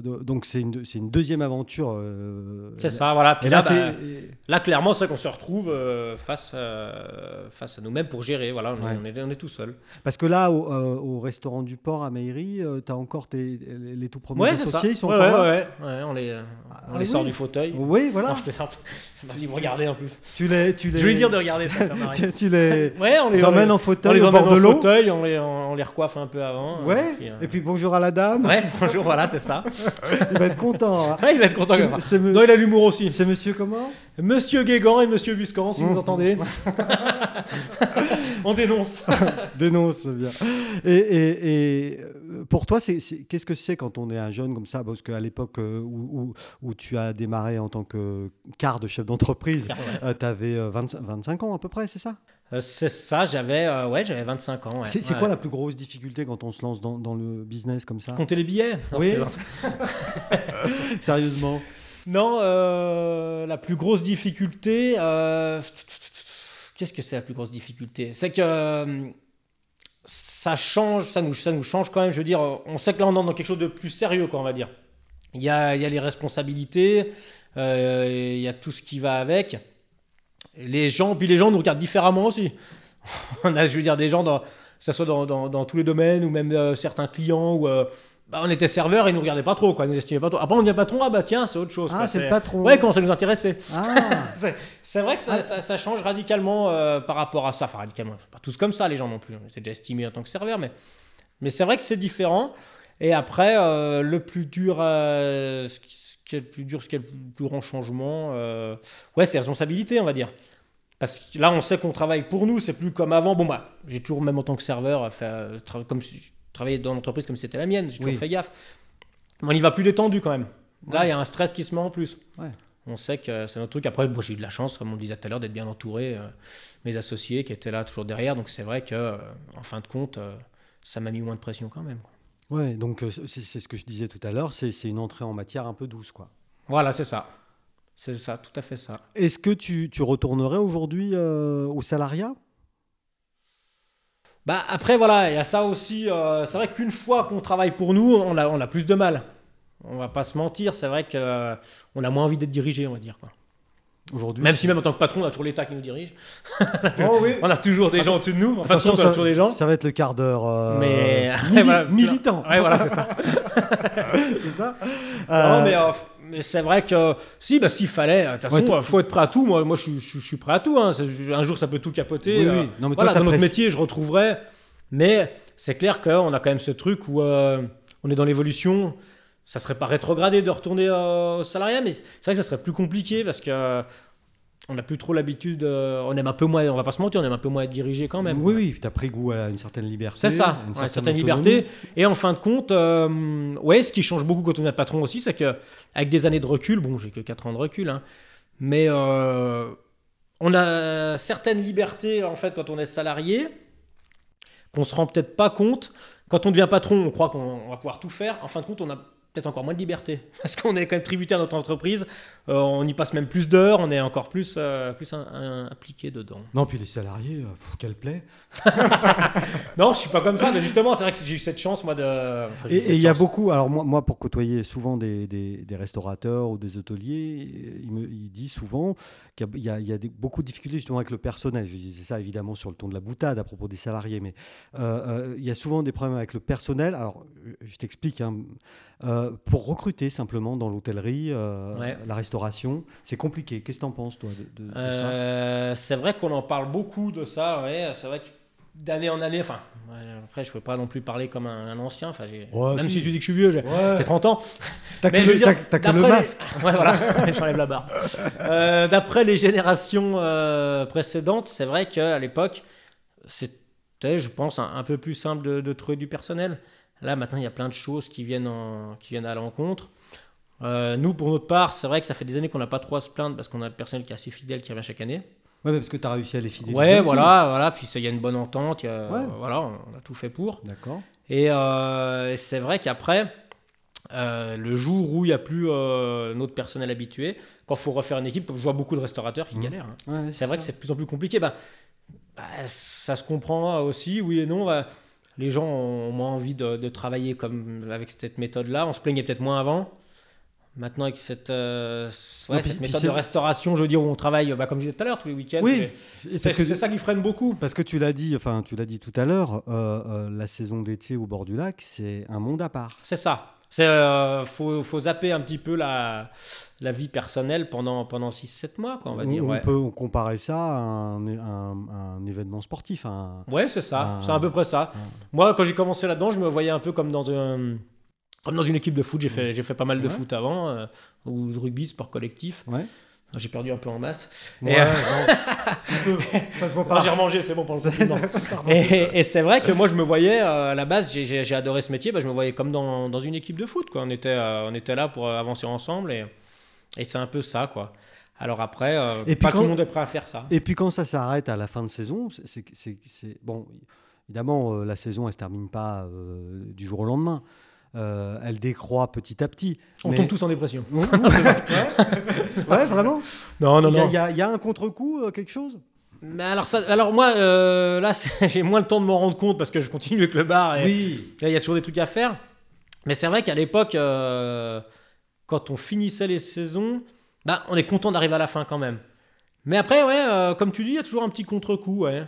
donc c'est une, c'est une deuxième aventure. euh,
C'est ça, voilà.
Et
Puis
là,
là,
c'est.
bah, là, clairement, c'est qu'on se retrouve euh, face, euh, face à nous-mêmes pour gérer. Voilà, on, est-
Ouais.
on est, on est tout seul.
Parce que là, au, euh, au restaurant du port à Mairie, tu as encore tes, les, les tout premiers
Ouais, c'est ça.
associés, ils sont
ouais,
encore là.
ouais, ouais, ouais, on les, euh, on
Ah,
les sort
oui.
du fauteuil.
Oui, voilà.
Non, je plaisante. C'est parce qu'ils me regardaient en plus.
Tu les, tu les,
Je vais dire de regarder ça. ça m'arrête.
tu, tu les,
Ah, bah, ouais, on les
les emmènes
on
en
les- on
fauteuil
les
au
emmène
bord de
en
l'eau.
fauteuil, on les, on les recoiffe un peu avant. euh,
Ouais.
puis, euh,
Et puis bonjour à la dame.
ouais, bonjour, voilà, c'est ça.
Il va être content. hein.
Ouais, il va être content
C'est-
comme ça.
c'est me-
Non, il a l'humour aussi.
C'est monsieur comment
Monsieur Guégan et Monsieur Buscan, si
Mmh.
vous entendez. on dénonce.
Dénonce bien. Et, et- et, euh, pour toi, c'est c'est- qu'est-ce que c'est quand on est un jeune comme ça Parce qu'à l'époque euh, où, où- où tu as démarré en tant que quart de chef d'entreprise, euh, tu avais 25, 25 ans à peu près, c'est ça
Euh, c'est ça, j'avais euh, ouais, j'avais 25 ans. Ouais.
C'est c'est
Ouais.
quoi la plus grosse difficulté quand on se lance dans, dans le business comme ça
Compter les billets Non,
Oui.
je plaisante.
Sérieusement
Non, euh, la plus grosse difficulté. euh, Qu'est-ce que c'est la plus grosse difficulté C'est que euh, ça change, ça nous, ça nous change quand même. Je veux dire, on sait que là on entre dans quelque chose de plus sérieux, quoi, on va dire. Il y a, il y a les responsabilités, euh, il y a tout ce qui va avec. Les gens, puis les gens nous regardent différemment aussi. on a, je veux dire, des gens, dans, que ce soit dans, dans- dans tous les domaines, ou même euh, certains clients, ou. euh, bah, on était serveur, ils nous regardaient pas trop, quoi, ils nous estimaient pas trop. Après, on devient patron, ah bah tiens, c'est autre chose.
Ah,
quoi,
c'est le patron.
Ouais, comment ça nous intéressait.
Ah,
C'est- C'est vrai que ça, ça- ça change radicalement euh, par rapport à ça. Enfin, radicalement, pas tous comme ça, les gens non plus. On était déjà estimés en tant que serveur, mais, mais c'est vrai que c'est différent. Et après, euh, le plus dur, euh, ce qui ce qui est le plus dur, ce qui est le plus grand changement, euh, ouais, c'est la responsabilité, on va dire. Parce que là, on sait qu'on travaille pour nous, c'est plus comme avant. Bon, bah, j'ai toujours, même en tant que serveur, fait, euh, tra- comme si je travaillais dans l'entreprise comme si c'était la mienne, j'ai toujours
Oui.
fait gaffe. Mais on y va plus détendu quand même. Là,
Ouais.
il y a un stress qui se met en plus.
Ouais.
On sait que c'est notre truc. Après, moi, j'ai eu de la chance, comme on le disait tout à l'heure, d'être bien entouré. euh, mes associés qui étaient là toujours derrière. Donc c'est vrai que, euh, en fin de compte, euh, ça m'a mis moins de pression quand même. quoi.
ouais, donc euh, c'est c'est ce que je disais tout à l'heure, c'est c'est une entrée en matière un peu douce, quoi.
Voilà, c'est ça. C'est ça, tout à fait ça.
Est-ce que tu, tu retournerais aujourd'hui euh, au salariat
Bah après, voilà, il y a ça aussi. euh, c'est vrai qu'une fois qu'on travaille pour nous, on a, on a plus de mal. On va pas se mentir, c'est vrai qu'on a moins envie d'être dirigé, on va dire. Quoi.
Aujourd'hui
Même si même en tant que patron, on a toujours l'État qui nous dirige.
Oh oui.
On a toujours des gens au-dessus de nous. Enfin, on a toujours des gens.
ça va être le quart d'heure euh,
Mais-
mili-
voilà.
militant,
Ouais, voilà, c'est ça.
c'est ça
Non,
Euh,
mais, euh, f- mais Mais c'est vrai que si, bah, s'il fallait, de toute façon,
Ouais, t'as-
euh, faut être prêt à tout. Moi, moi je, suis- je suis- je suis prêt à tout. hein. C'est- Un jour, ça peut tout capoter.
Oui,
euh,
oui. Non, mais toi,
voilà,
t'as
dans notre
pres-
métier, je retrouverai. Mais c'est clair qu'on a quand même ce truc où euh, on est dans l'évolution. Ça serait pas rétrogradé de retourner euh, au salariat, mais c'est vrai que ça serait plus compliqué parce que euh, on n'a plus trop l'habitude. euh, on aime un peu moins, on va pas se mentir, on aime un peu moins être dirigé quand même.
Oui, oui, tu as pris goût à une certaine liberté.
C'est ça,
à
ouais, une certaine,
autonomie.
liberté. Et en fin de compte, euh, ouais, ce qui change beaucoup quand on est patron aussi, c'est que avec des années de recul, bon, j'ai que 4 ans de recul, hein, mais euh, on a certaines libertés en fait quand on est salarié qu'on se rend peut-être pas compte. Quand on devient patron, on croit qu'on on va pouvoir tout faire. En fin de compte, on a peut-être encore moins de liberté parce qu'on est quand même tributaire de notre entreprise. Euh, on y passe même plus d'heures, on est encore plus euh, plus un- un- impliqué dedans.
Non, puis les salariés, euh, pff, quelle plaie.
Non, je suis pas comme ça, mais justement, c'est vrai que j'ai eu cette chance, moi, de. enfin, j'ai eu
Et et
cette
il y a
chance.
beaucoup, alors moi, moi pour côtoyer souvent des, des- des restaurateurs ou des hôteliers, euh, il me il dit souvent qu'il y a, il y a des- beaucoup de difficultés justement avec le personnel. Je disais ça évidemment sur le ton de la boutade à propos des salariés, mais euh, euh, il y a souvent des problèmes avec le personnel. Alors je- je t'explique, hein, euh, pour recruter simplement dans l'hôtellerie, euh,
Ouais.
la restauration, c'est compliqué. Qu'est-ce que t'en penses toi de, de- de ça
Euh, c'est vrai qu'on en parle beaucoup de ça, ouais. C'est vrai que d'année en année, enfin, ouais, après, je peux pas non plus parler comme un, un ancien, enfin, j'ai-
Ouais,
même
si.
si. tu dis que je suis vieux, j'ai j'ai
Ouais,
30 ans.
t'as que,
Mais je
le-
veux dire,
t'as- t'as que le
d'après les-
masque.
Ouais, voilà, j'enlève la barre. Euh, D'après les générations euh, précédentes, c'est vrai qu'à l'époque, c'était, je pense, un, un peu plus simple de, de trouver du personnel. Là, maintenant, il y a plein de choses qui viennent, en- qui viennent à l'encontre. Euh, nous, pour notre part, c'est vrai que ça fait des années qu'on n'a pas trop à se plaindre parce qu'on a le personnel qui est assez fidèle qui revient chaque année.
Ouais, mais parce que t'as réussi à les fidéliser.
Ouais,
aussi.
voilà, voilà. Puis ça, il y a une bonne entente. il y a-
Ouais.
Voilà, on on a tout fait pour.
D'accord.
Et euh, c'est vrai qu'après, euh, le jour où il n'y a plus euh, notre personnel habitué, quand il faut refaire une équipe, comme je vois beaucoup de restaurateurs qui
Mhm.
galèrent. hein.
Ouais,
C'est vrai
ça.
que c'est de plus en plus compliqué. Bah, bah, ça se comprend aussi, oui et non. bah, les gens ont moins envie de, de travailler comme avec cette méthode-là. On se plaignait peut-être moins avant. Maintenant, avec cette, euh, ouais,
Non, puis-
cette
puis
méthode
c'est-
de restauration, je veux dire, où on travaille, bah, comme je disais tout à l'heure, tous les week-ends. tous
Oui,
les-
et
C'est
parce que,
c'est ça qui freine beaucoup.
parce que tu l'as dit, enfin tu l'as dit tout à l'heure, euh, euh, la saison d'été au bord du lac, c'est un monde à part.
C'est ça. C'est euh, faut, faut zapper un petit peu la, la vie personnelle pendant pendant 6 7 mois quoi, on va dire ouais.
peut comparer ça à un, é- un- un événement sportif. un-
Ouais, c'est ça,
Ah.
c'est à peu près ça.
Ah.
Moi quand j'ai commencé là-dedans, je me voyais un peu comme dans un comme dans une équipe de foot, j'ai fait j'ai fait pas mal de
Ouais.
foot avant euh, ou de rugby, sport collectif.
Ouais.
J'ai perdu un peu en masse.
Ouais,
Et, euh,
non, si peu, ça se voit
Ah, j'ai remangé, c'est bon pour le
Ça-
confinement. Et, et c'est vrai que moi, je me voyais, euh, à la base, j'ai- j'ai j'ai adoré ce métier, bah, je me voyais comme dans, dans une équipe de foot. Quoi. On, était, euh, on était là pour euh, avancer ensemble et, et c'est un peu ça. quoi. Alors après, euh,
Et puis
pas
quand-
tout le monde est prêt à faire ça.
Et puis quand ça s'arrête à la fin de saison, c'est- c'est c'est- c'est- bon. Évidemment, euh, la saison, elle se termine pas euh, du jour au lendemain. Euh, elle décroît petit à petit.
On
Mais-
tombe tous en dépression.
Ouais, vraiment.
Non, non,
Il y a-
non.
il y, a- il y a un contre-coup, euh, quelque chose
Mais alors, ça, alors moi, euh, là, c'est- j'ai moins le temps de m'en rendre compte parce que je continue avec le bar. Et,
Oui.
Là, il y a toujours des trucs à faire. Mais c'est vrai qu'à l'époque, euh, quand on finissait les saisons, bah, on est content d'arriver à la fin quand même. Mais après, ouais, euh, comme tu dis, il y a toujours un petit contre-coup. ouais.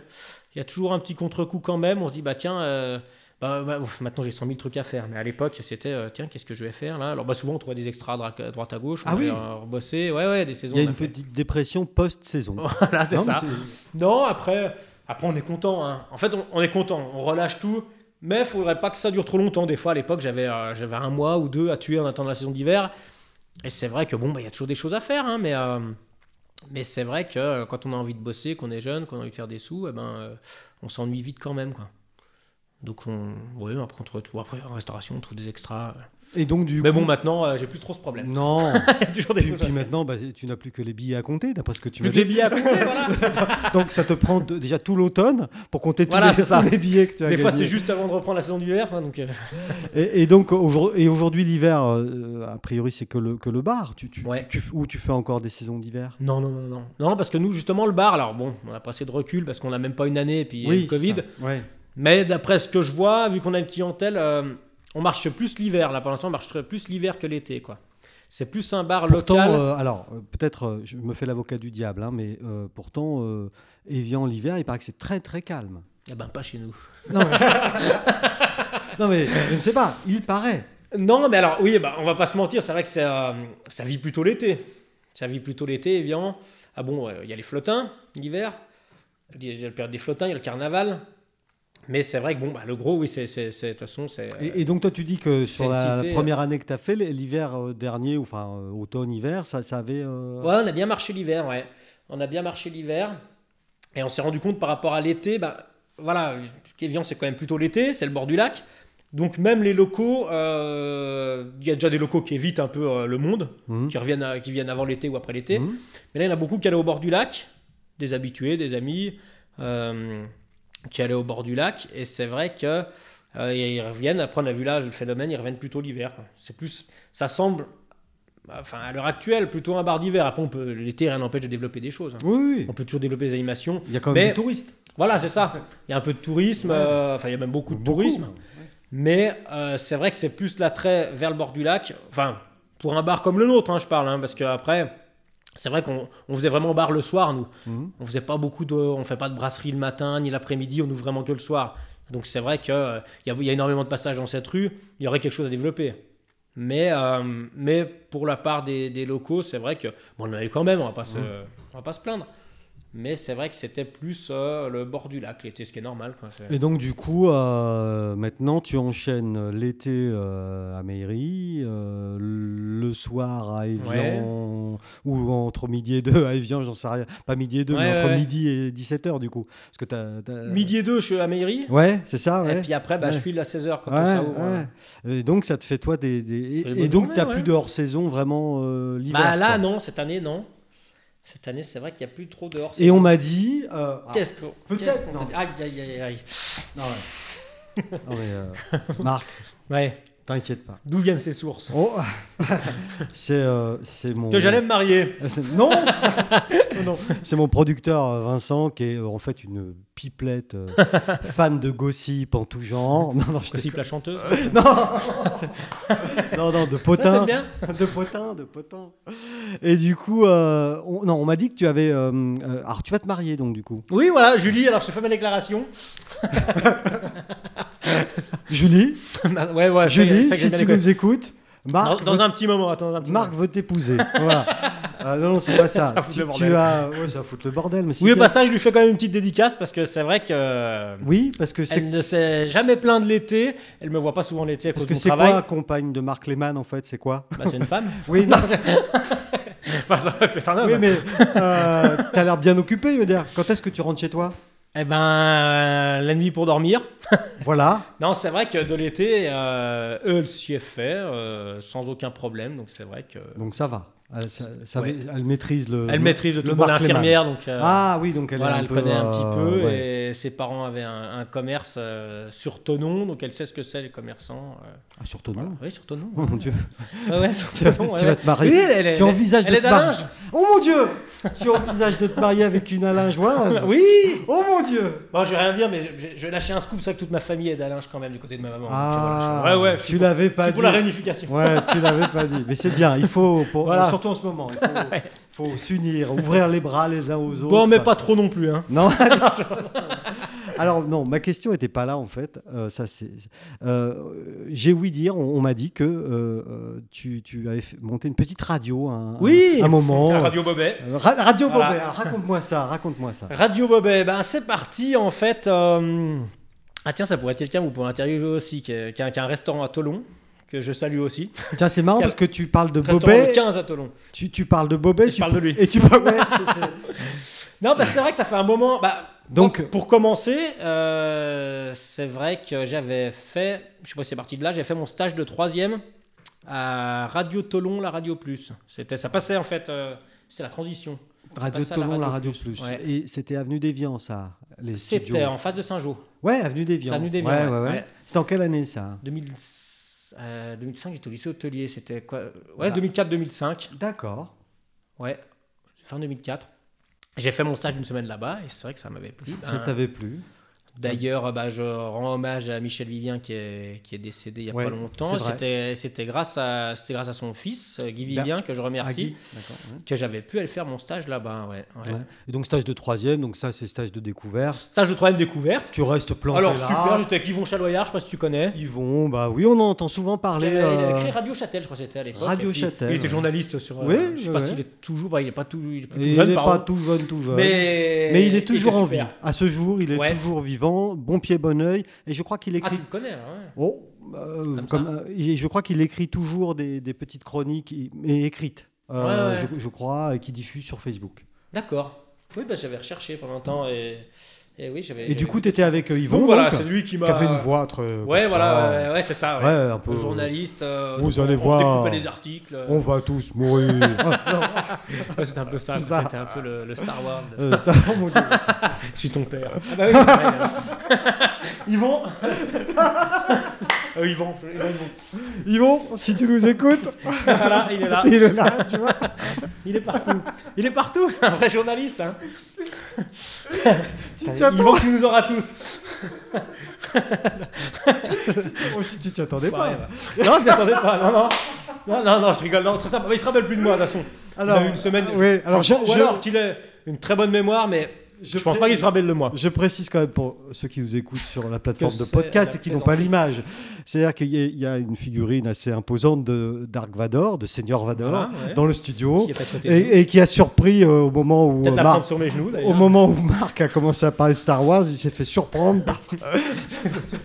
Il y a toujours un petit contre-coup quand même. On se dit, bah tiens, euh, bah, bah, ouf, maintenant j'ai 100 000 trucs à faire. Mais à l'époque, c'était, euh, tiens, qu'est-ce que je vais faire là Alors, bah, souvent, on trouvait des extras à droite à gauche. On
Ah oui.
allait, euh, rebosser. Ouais, ouais, des saisons.
Il y a
on a
une
fait.
petite dépression post-saison.
Voilà, c'est
Non,
ça.
mais
Non, après, après on est content. hein. En fait, on, on est content. On relâche tout. Mais il faudrait pas que ça dure trop longtemps. Des fois, à l'époque, j'avais euh, j'avais un mois ou deux à tuer en attendant la saison d'hiver. Et c'est vrai que bon, bah, il y a toujours des choses à faire. hein, mais euh, mais c'est vrai que euh, quand on a envie de bosser, qu'on est jeune, qu'on a envie de faire des sous, eh ben, euh, on s'ennuie vite quand même. Quoi. Donc, on, ouais, après, on trouve tout. Après, en restauration, on trouve des extras.
Et donc, du
mais
coup-
bon, maintenant, euh, j'ai plus trop ce problème.
Non.
Il y a toujours des
puis,
choses à
puis
faire.
maintenant, bah, tu n'as plus que les billets à compter, d'après ce que tu
Plus
m'as
que les
dit.
billets à compter, voilà.
Donc, ça te prend de- déjà tout l'automne pour compter tous
Voilà,
les-
c'est
tous,
ça.
les, billets que tu as
Des fois, c'est
gagnés.
juste avant de reprendre la saison d'hiver. hein, donc, euh,
Et, et donc, aujourd'hui, et aujourd'hui, l'hiver, euh, a priori, c'est que le, que le bar. Tu, tu,
Ouais.
tu- ou tu fais encore des saisons d'hiver
Non, non, non, non. Non, parce que nous, justement, le bar, alors bon, on a pas assez de recul parce qu'on n'a même pas une année et puis il y a eu le
c'est
Covid.
ça. Ouais.
Mais d'après ce que je vois, vu qu'on a une clientèle, euh, on marche plus l'hiver. Là, pour l'instant, on marche plus l'hiver que l'été, quoi. C'est plus un bar
Pourtant,
local.
euh, alors, euh, peut-être, euh, je me fais l'avocat du diable, hein, mais euh, pourtant, euh, Évian, l'hiver, il paraît que c'est très, très calme.
Eh ben, pas chez nous.
Non mais, non, mais je ne sais pas, il paraît.
Non, mais alors, oui, bah, on va pas se mentir, c'est vrai que ça, euh, ça vit plutôt l'été. Ça vit plutôt l'été, évidemment. Ah bon, euh, il y a les flottins, l'hiver. Il y a la période des flottins, il y a le carnaval. Mais c'est vrai que bon, bah, le gros, oui, c'est c'est- c'est- de toute façon, c'est. euh,
Et, et donc, toi, tu dis que sur
une
la
cité, euh,
première année que tu as fait, l'hiver euh, dernier, ou enfin euh, automne-hiver, ça, ça avait. euh,
Ouais, on a bien marché l'hiver, ouais. On a bien marché l'hiver. Et on s'est rendu compte par rapport à l'été, bah, voilà, Kévian, c'est quand même plutôt l'été, c'est le bord du lac. Donc même les locaux, euh, il y a déjà des locaux qui évitent un peu euh, le monde,
Mhm.
qui, reviennent à- qui viennent avant l'été ou après l'été.
Mhm.
Mais là, il y en a beaucoup qui allaient au bord du lac, des habitués, des amis, euh, qui allaient au bord du lac. Et c'est vrai que euh, ils reviennent, après on a vu là le phénomène, ils reviennent plutôt l'hiver. quoi. C'est plus, ça semble, bah, enfin à l'heure actuelle, plutôt un bar d'hiver. Après, on peut- l'été, rien n'empêche de développer des choses. hein.
Oui, oui,
On
oui.
peut toujours développer des animations.
Il y a quand même
Mais-
des touristes.
Voilà, c'est ça. Il y a un peu de tourisme, euh, enfin il y a même beaucoup de
Beaucoup.
tourisme. Mais euh, c'est vrai que c'est plus l'attrait vers le bord du lac. Enfin, pour un bar comme le nôtre, hein, je parle, hein, parce qu'après, c'est vrai qu'on on faisait vraiment bar le soir, nous.
Mhm.
On faisait pas beaucoup de, on fait pas de brasserie le matin ni l'après-midi, on ouvre vraiment que le soir. Donc c'est vrai que euh, il y a- il y, a énormément de passages dans cette rue. Il y aurait quelque chose à développer. Mais euh, mais pour la part des, des locaux, c'est vrai que bon, on en a eu quand même, on va pas se, on va pas se plaindre. Mais c'est vrai que c'était plus euh, le bord du lac l'été, ce qui est normal. quoi. C'est-
Et donc, du coup, euh, maintenant, tu enchaînes l'été euh, à Mairie, euh, le soir à Evian, ou entre midi et deux à Evian, j'en sais rien. Pas midi et deux, mais
Ouais,
entre
ouais.
midi et 17h, du coup. Parce que t'as, t'as-
Midi et deux, je suis à Mairie.
Ouais, c'est ça,
Et
ouais.
puis après, bah,
Ouais.
je file à 16h quand euh.
Ouais,
ça Bah, ouvre.
ouais. Et donc, ça te fait, toi, des. des-
fait des
Et, et
bonnes
donc,
journées,
t'as
ouais.
plus de hors-saison vraiment euh, l'hiver.
Bah là,
quoi.
non, cette année, non. Cette année, c'est vrai qu'il n'y a plus trop de hors
Et on m'a dit. euh, ah,
Qu'est-ce qu'on.
Peut-être,
qu'est-ce qu'on
non.
t'a dit Aïe, aïe, aïe, aïe.
non, ouais. Non, mais, euh, Marc,
Ouais.
t'inquiète pas.
D'où viennent ces sources
Oh, c'est, euh, c'est mon.
Que j'allais me marier.
Euh, c'est- Non,
Non, non.
c'est mon producteur euh, Vincent qui est euh, en fait une pipelette euh, fan de gossip en tout genre. Non, non, je
Gossip la chanteuse.
déconne. non. non, non,
Ça,
de
t'aimes
Euh, potin,
bien
de potin, de potin. Et du coup, euh, on, non, on m'a dit que tu avais. euh, euh, alors, tu vas te marier donc du coup.
Oui, voilà, Julie, alors je te fais ma déclaration.
Julie,
Bah, ouais, ouais, je sais- je
Julie,
sais que
si
j'aime bien
tu
les
nous écoutes,
Dans,
Marc,
dans
veut,
un petit moment, attends, dans un petit
Marc
moment.
veut t'épouser. voilà. Euh, non, non, c'est pas ça.
Ça fout
tu,
le
tu
bordel.
as, ouais, ça fout le bordel, mais c'est
Oui,
bien.
bah ça, je lui fais quand même une petite dédicace parce que c'est vrai que. euh,
oui, parce que c'est
Elle ne s'est jamais plainte de l'été. Elle me voit pas souvent l'été à
Parce
cause
que
de mon
c'est
travail.
quoi, compagne de Marc Lehmann, en fait C'est quoi
Bah, c'est une femme.
Oui, non,
Enfin, ça peut être un homme.
oui, mais euh, t'as l'air bien occupé, je veux dire. Quand est-ce que tu rentres chez toi
Eh ben, euh, la nuit pour dormir.
Voilà.
Non, c'est vrai que de l'été, euh, eux, elle s'y est fait euh, sans aucun problème. Donc c'est vrai que.
Donc ça va. Elle, ça- ça
Ouais.
ma- elle maîtrise Euh, le.
Elle
le-
maîtrise le
le
tout pour
Marc Lehmann.
l'infirmière. Donc euh,
Ah oui, donc elle, est
voilà,
un
elle
peu,
connaît un petit
euh,
peu.
ouais.
Et ses parents avaient un, un commerce euh, sur Tonon. Donc elle sait ce que c'est, les commerçants. euh,
Ah, surtout
voilà.
non.
Oui, sur Tonon.
Oh mon dieu.
Ouais, ouais, sur
Tu vas-
Thonon, ouais,
tu vas
ouais.
te marier.
Oui, elle, elle-
Tu envisages
elle
de
est
te
à
marier.
linge.
Oh mon dieu Tu envisages de te marier avec une alingeoise
Oui
Oh mon dieu
Bon, je vais rien dire, mais je, je- je vais lâcher un scoop, c'est vrai que toute ma famille est à linge quand même du côté de ma maman.
Ah,
ouais, ouais, je suis
tu
pour-
l'avais
je
pas
suis
dit.
pour la réunification.
Ouais, tu l'avais pas dit. Mais c'est bien, il faut, pour-
Voilà.
surtout en ce moment, il faut, faut s'unir, ouvrir les bras les uns aux autres.
Bon, mais pas trop non plus, hein.
Non. attends. Alors non, ma question n'était pas là en fait. Euh, ça c'est. euh, J'ai ouï dire, on, on m'a dit que euh, euh, tu, tu avais fait- monté une petite radio. Un,
Oui.
Un, un moment.
La Radio Bobet.
Euh, ra- radio
Voilà.
Bobet. Alors, Raconte-moi ça. Raconte-moi ça.
Radio Bobet, ben c'est parti en fait. euh, Ah tiens, ça pourrait être quelqu'un, vous pouvez interviewer aussi, qui a, qui a- qui a un restaurant à Tolon, que je salue aussi.
Tiens, c'est marrant
Quel-
parce que tu parles de
Restaurant le
Bobet.
15 à Tolon.
Tu, tu parles de Bobet.
Et je
tu
parle de
peux-
lui.
Et tu parles. ouais, c'est- c'est-
Non, bah, c'est vrai que ça fait un moment. bah,
Donc-
pour, pour commencer, euh, c'est vrai que j'avais fait, je sais pas si c'est parti de là, j'ai fait mon stage de troisième à Radio Tolon, la Radio Plus. C'était, ça passait en fait, euh, c'était la transition.
Radio
passe à la
Toulon, la
Radio
Radio Plus.
Ouais.
Et c'était avenue d'Évian ça. Les
C'était
studios.
en face de Saint-Jean,
Ouais, avenue d'Évian.
C'est avenue d'Évian,
Ouais,
ouais,
ouais, ouais.
ouais.
C'était en quelle année ça
2000, euh, 2005, j'étais au lycée hôtelier, c'était quoi Ouais,
Ah.
2004-2005,
D'accord.
ouais, fin 2004. J'ai fait mon stage d'une semaine là-bas et c'est vrai que ça m'avait plu.
Ça
Un-
t'avait plu
D'ailleurs, bah, je rends hommage à Michel Vivien qui est, qui est décédé il n'y a
Ouais,
pas longtemps.
c'est vrai. Bah,
C'était c'était grâce, à- c'était grâce à son fils, euh, Guy Vivien, que je
Agui.
remercie,
D'accord, ouais.
que j'avais pu aller faire mon stage là-bas. ouais, ouais.
Ouais. Et donc stage de troisième, donc ça c'est stage de découverte.
Stage de troisième découverte.
Tu restes planté
Alors
là.
super, j'étais avec Yvon Chaloyard, je sais pas si tu connais.
Ils vont, bah oui, on en entend souvent parler.
Il avait, il
euh,
avait créé Radio Châtel, je crois que c'était à l'époque.
Radio
Et puis,
Châtel,
Il était
ouais.
journaliste sur. euh,
Oui,
je sais
oui,
pas
oui.
s'il est toujours. bah, il est pas tout, il est plus tout
et il
jeune,
n'est pas
pardon.
tout jeune, tout jeune.
Mais,
Mais il
il
est
était
toujours en vie.
super. Ah,
À ce jour, il est
Ouais.
toujours vivant, bon pied, bon oeil. Et je crois qu'il
Ah, tu
écrit.
le connais, là, ouais.
Oh, euh,
Comme
comme,
ça.
euh, il- je crois qu'il écrit toujours des, des petites chroniques, i- mais écrites, euh,
Ouais, ouais.
Je, je crois, et qui diffuse sur Facebook.
D'accord. Oui, bah, j'avais recherché pendant un temps et, et oui, j'avais.
Et du
j'avais-
coup, tu étais avec euh, Yvon,
donc voilà,
donc,
c'est lui qui m'a.
qui avait une voix très.
Ouais, voilà,
comme ça.
ouais, ouais, c'est ça.
Ouais,
Ouais.
un peu.
Le journaliste. euh,
Vous
on-
allez
on
voir.
découpait les articles.
On va tous mourir. Ah, non,
Ouais, c'était un peu ça.
C'est ça.
C'était un peu le, le Star Wars. de-
euh, ça, mon Dieu.
Je suis ton père. Ah bah oui, c'est vrai. Yvon Euh, Yvon, je- Yvon,
Yvon, si tu nous écoutes,
Yvon. Voilà, il est là.
il est là, tu vois.
Il est partout. Il est partout. C'est un vrai journaliste. Hein.
Tu t'y
Yvon,
attends-
tu nous auras tous.
oh, si tu t'y attendais pas.
Pareil, ouais. Non, je ne m'attendais pas. Non, non. Non, non, non, je rigole. Non, très sympa. Mais il se rappelle plus de moi, de toute façon.
Alors,
Il a eu une semaine.
Oui, alors je,
Ou
je-
alors qu'il ait une très bonne mémoire, mais je,
Je
pense
pré-
pas qu'il se rappelle de moi.
je précise quand même pour ceux qui nous écoutent sur la plateforme
Que
de
c'est
podcast
la
et qui n'ont pas
plaisanterie.
l'image. C'est-à-dire qu'il y, a- il y a une figurine assez imposante de Dark Vador, de Seigneur Vador,
Voilà, Ah, ouais.
dans le studio
Qui est pas sauté.
Oh. et, et qui a surpris euh, au moment où. euh,
Peut-être la hein.
Marc-
prendre sur mes genoux, d'ailleurs.
Au moment où Marc a commencé à parler de Star Wars, il s'est fait surprendre.
Ah, non, je-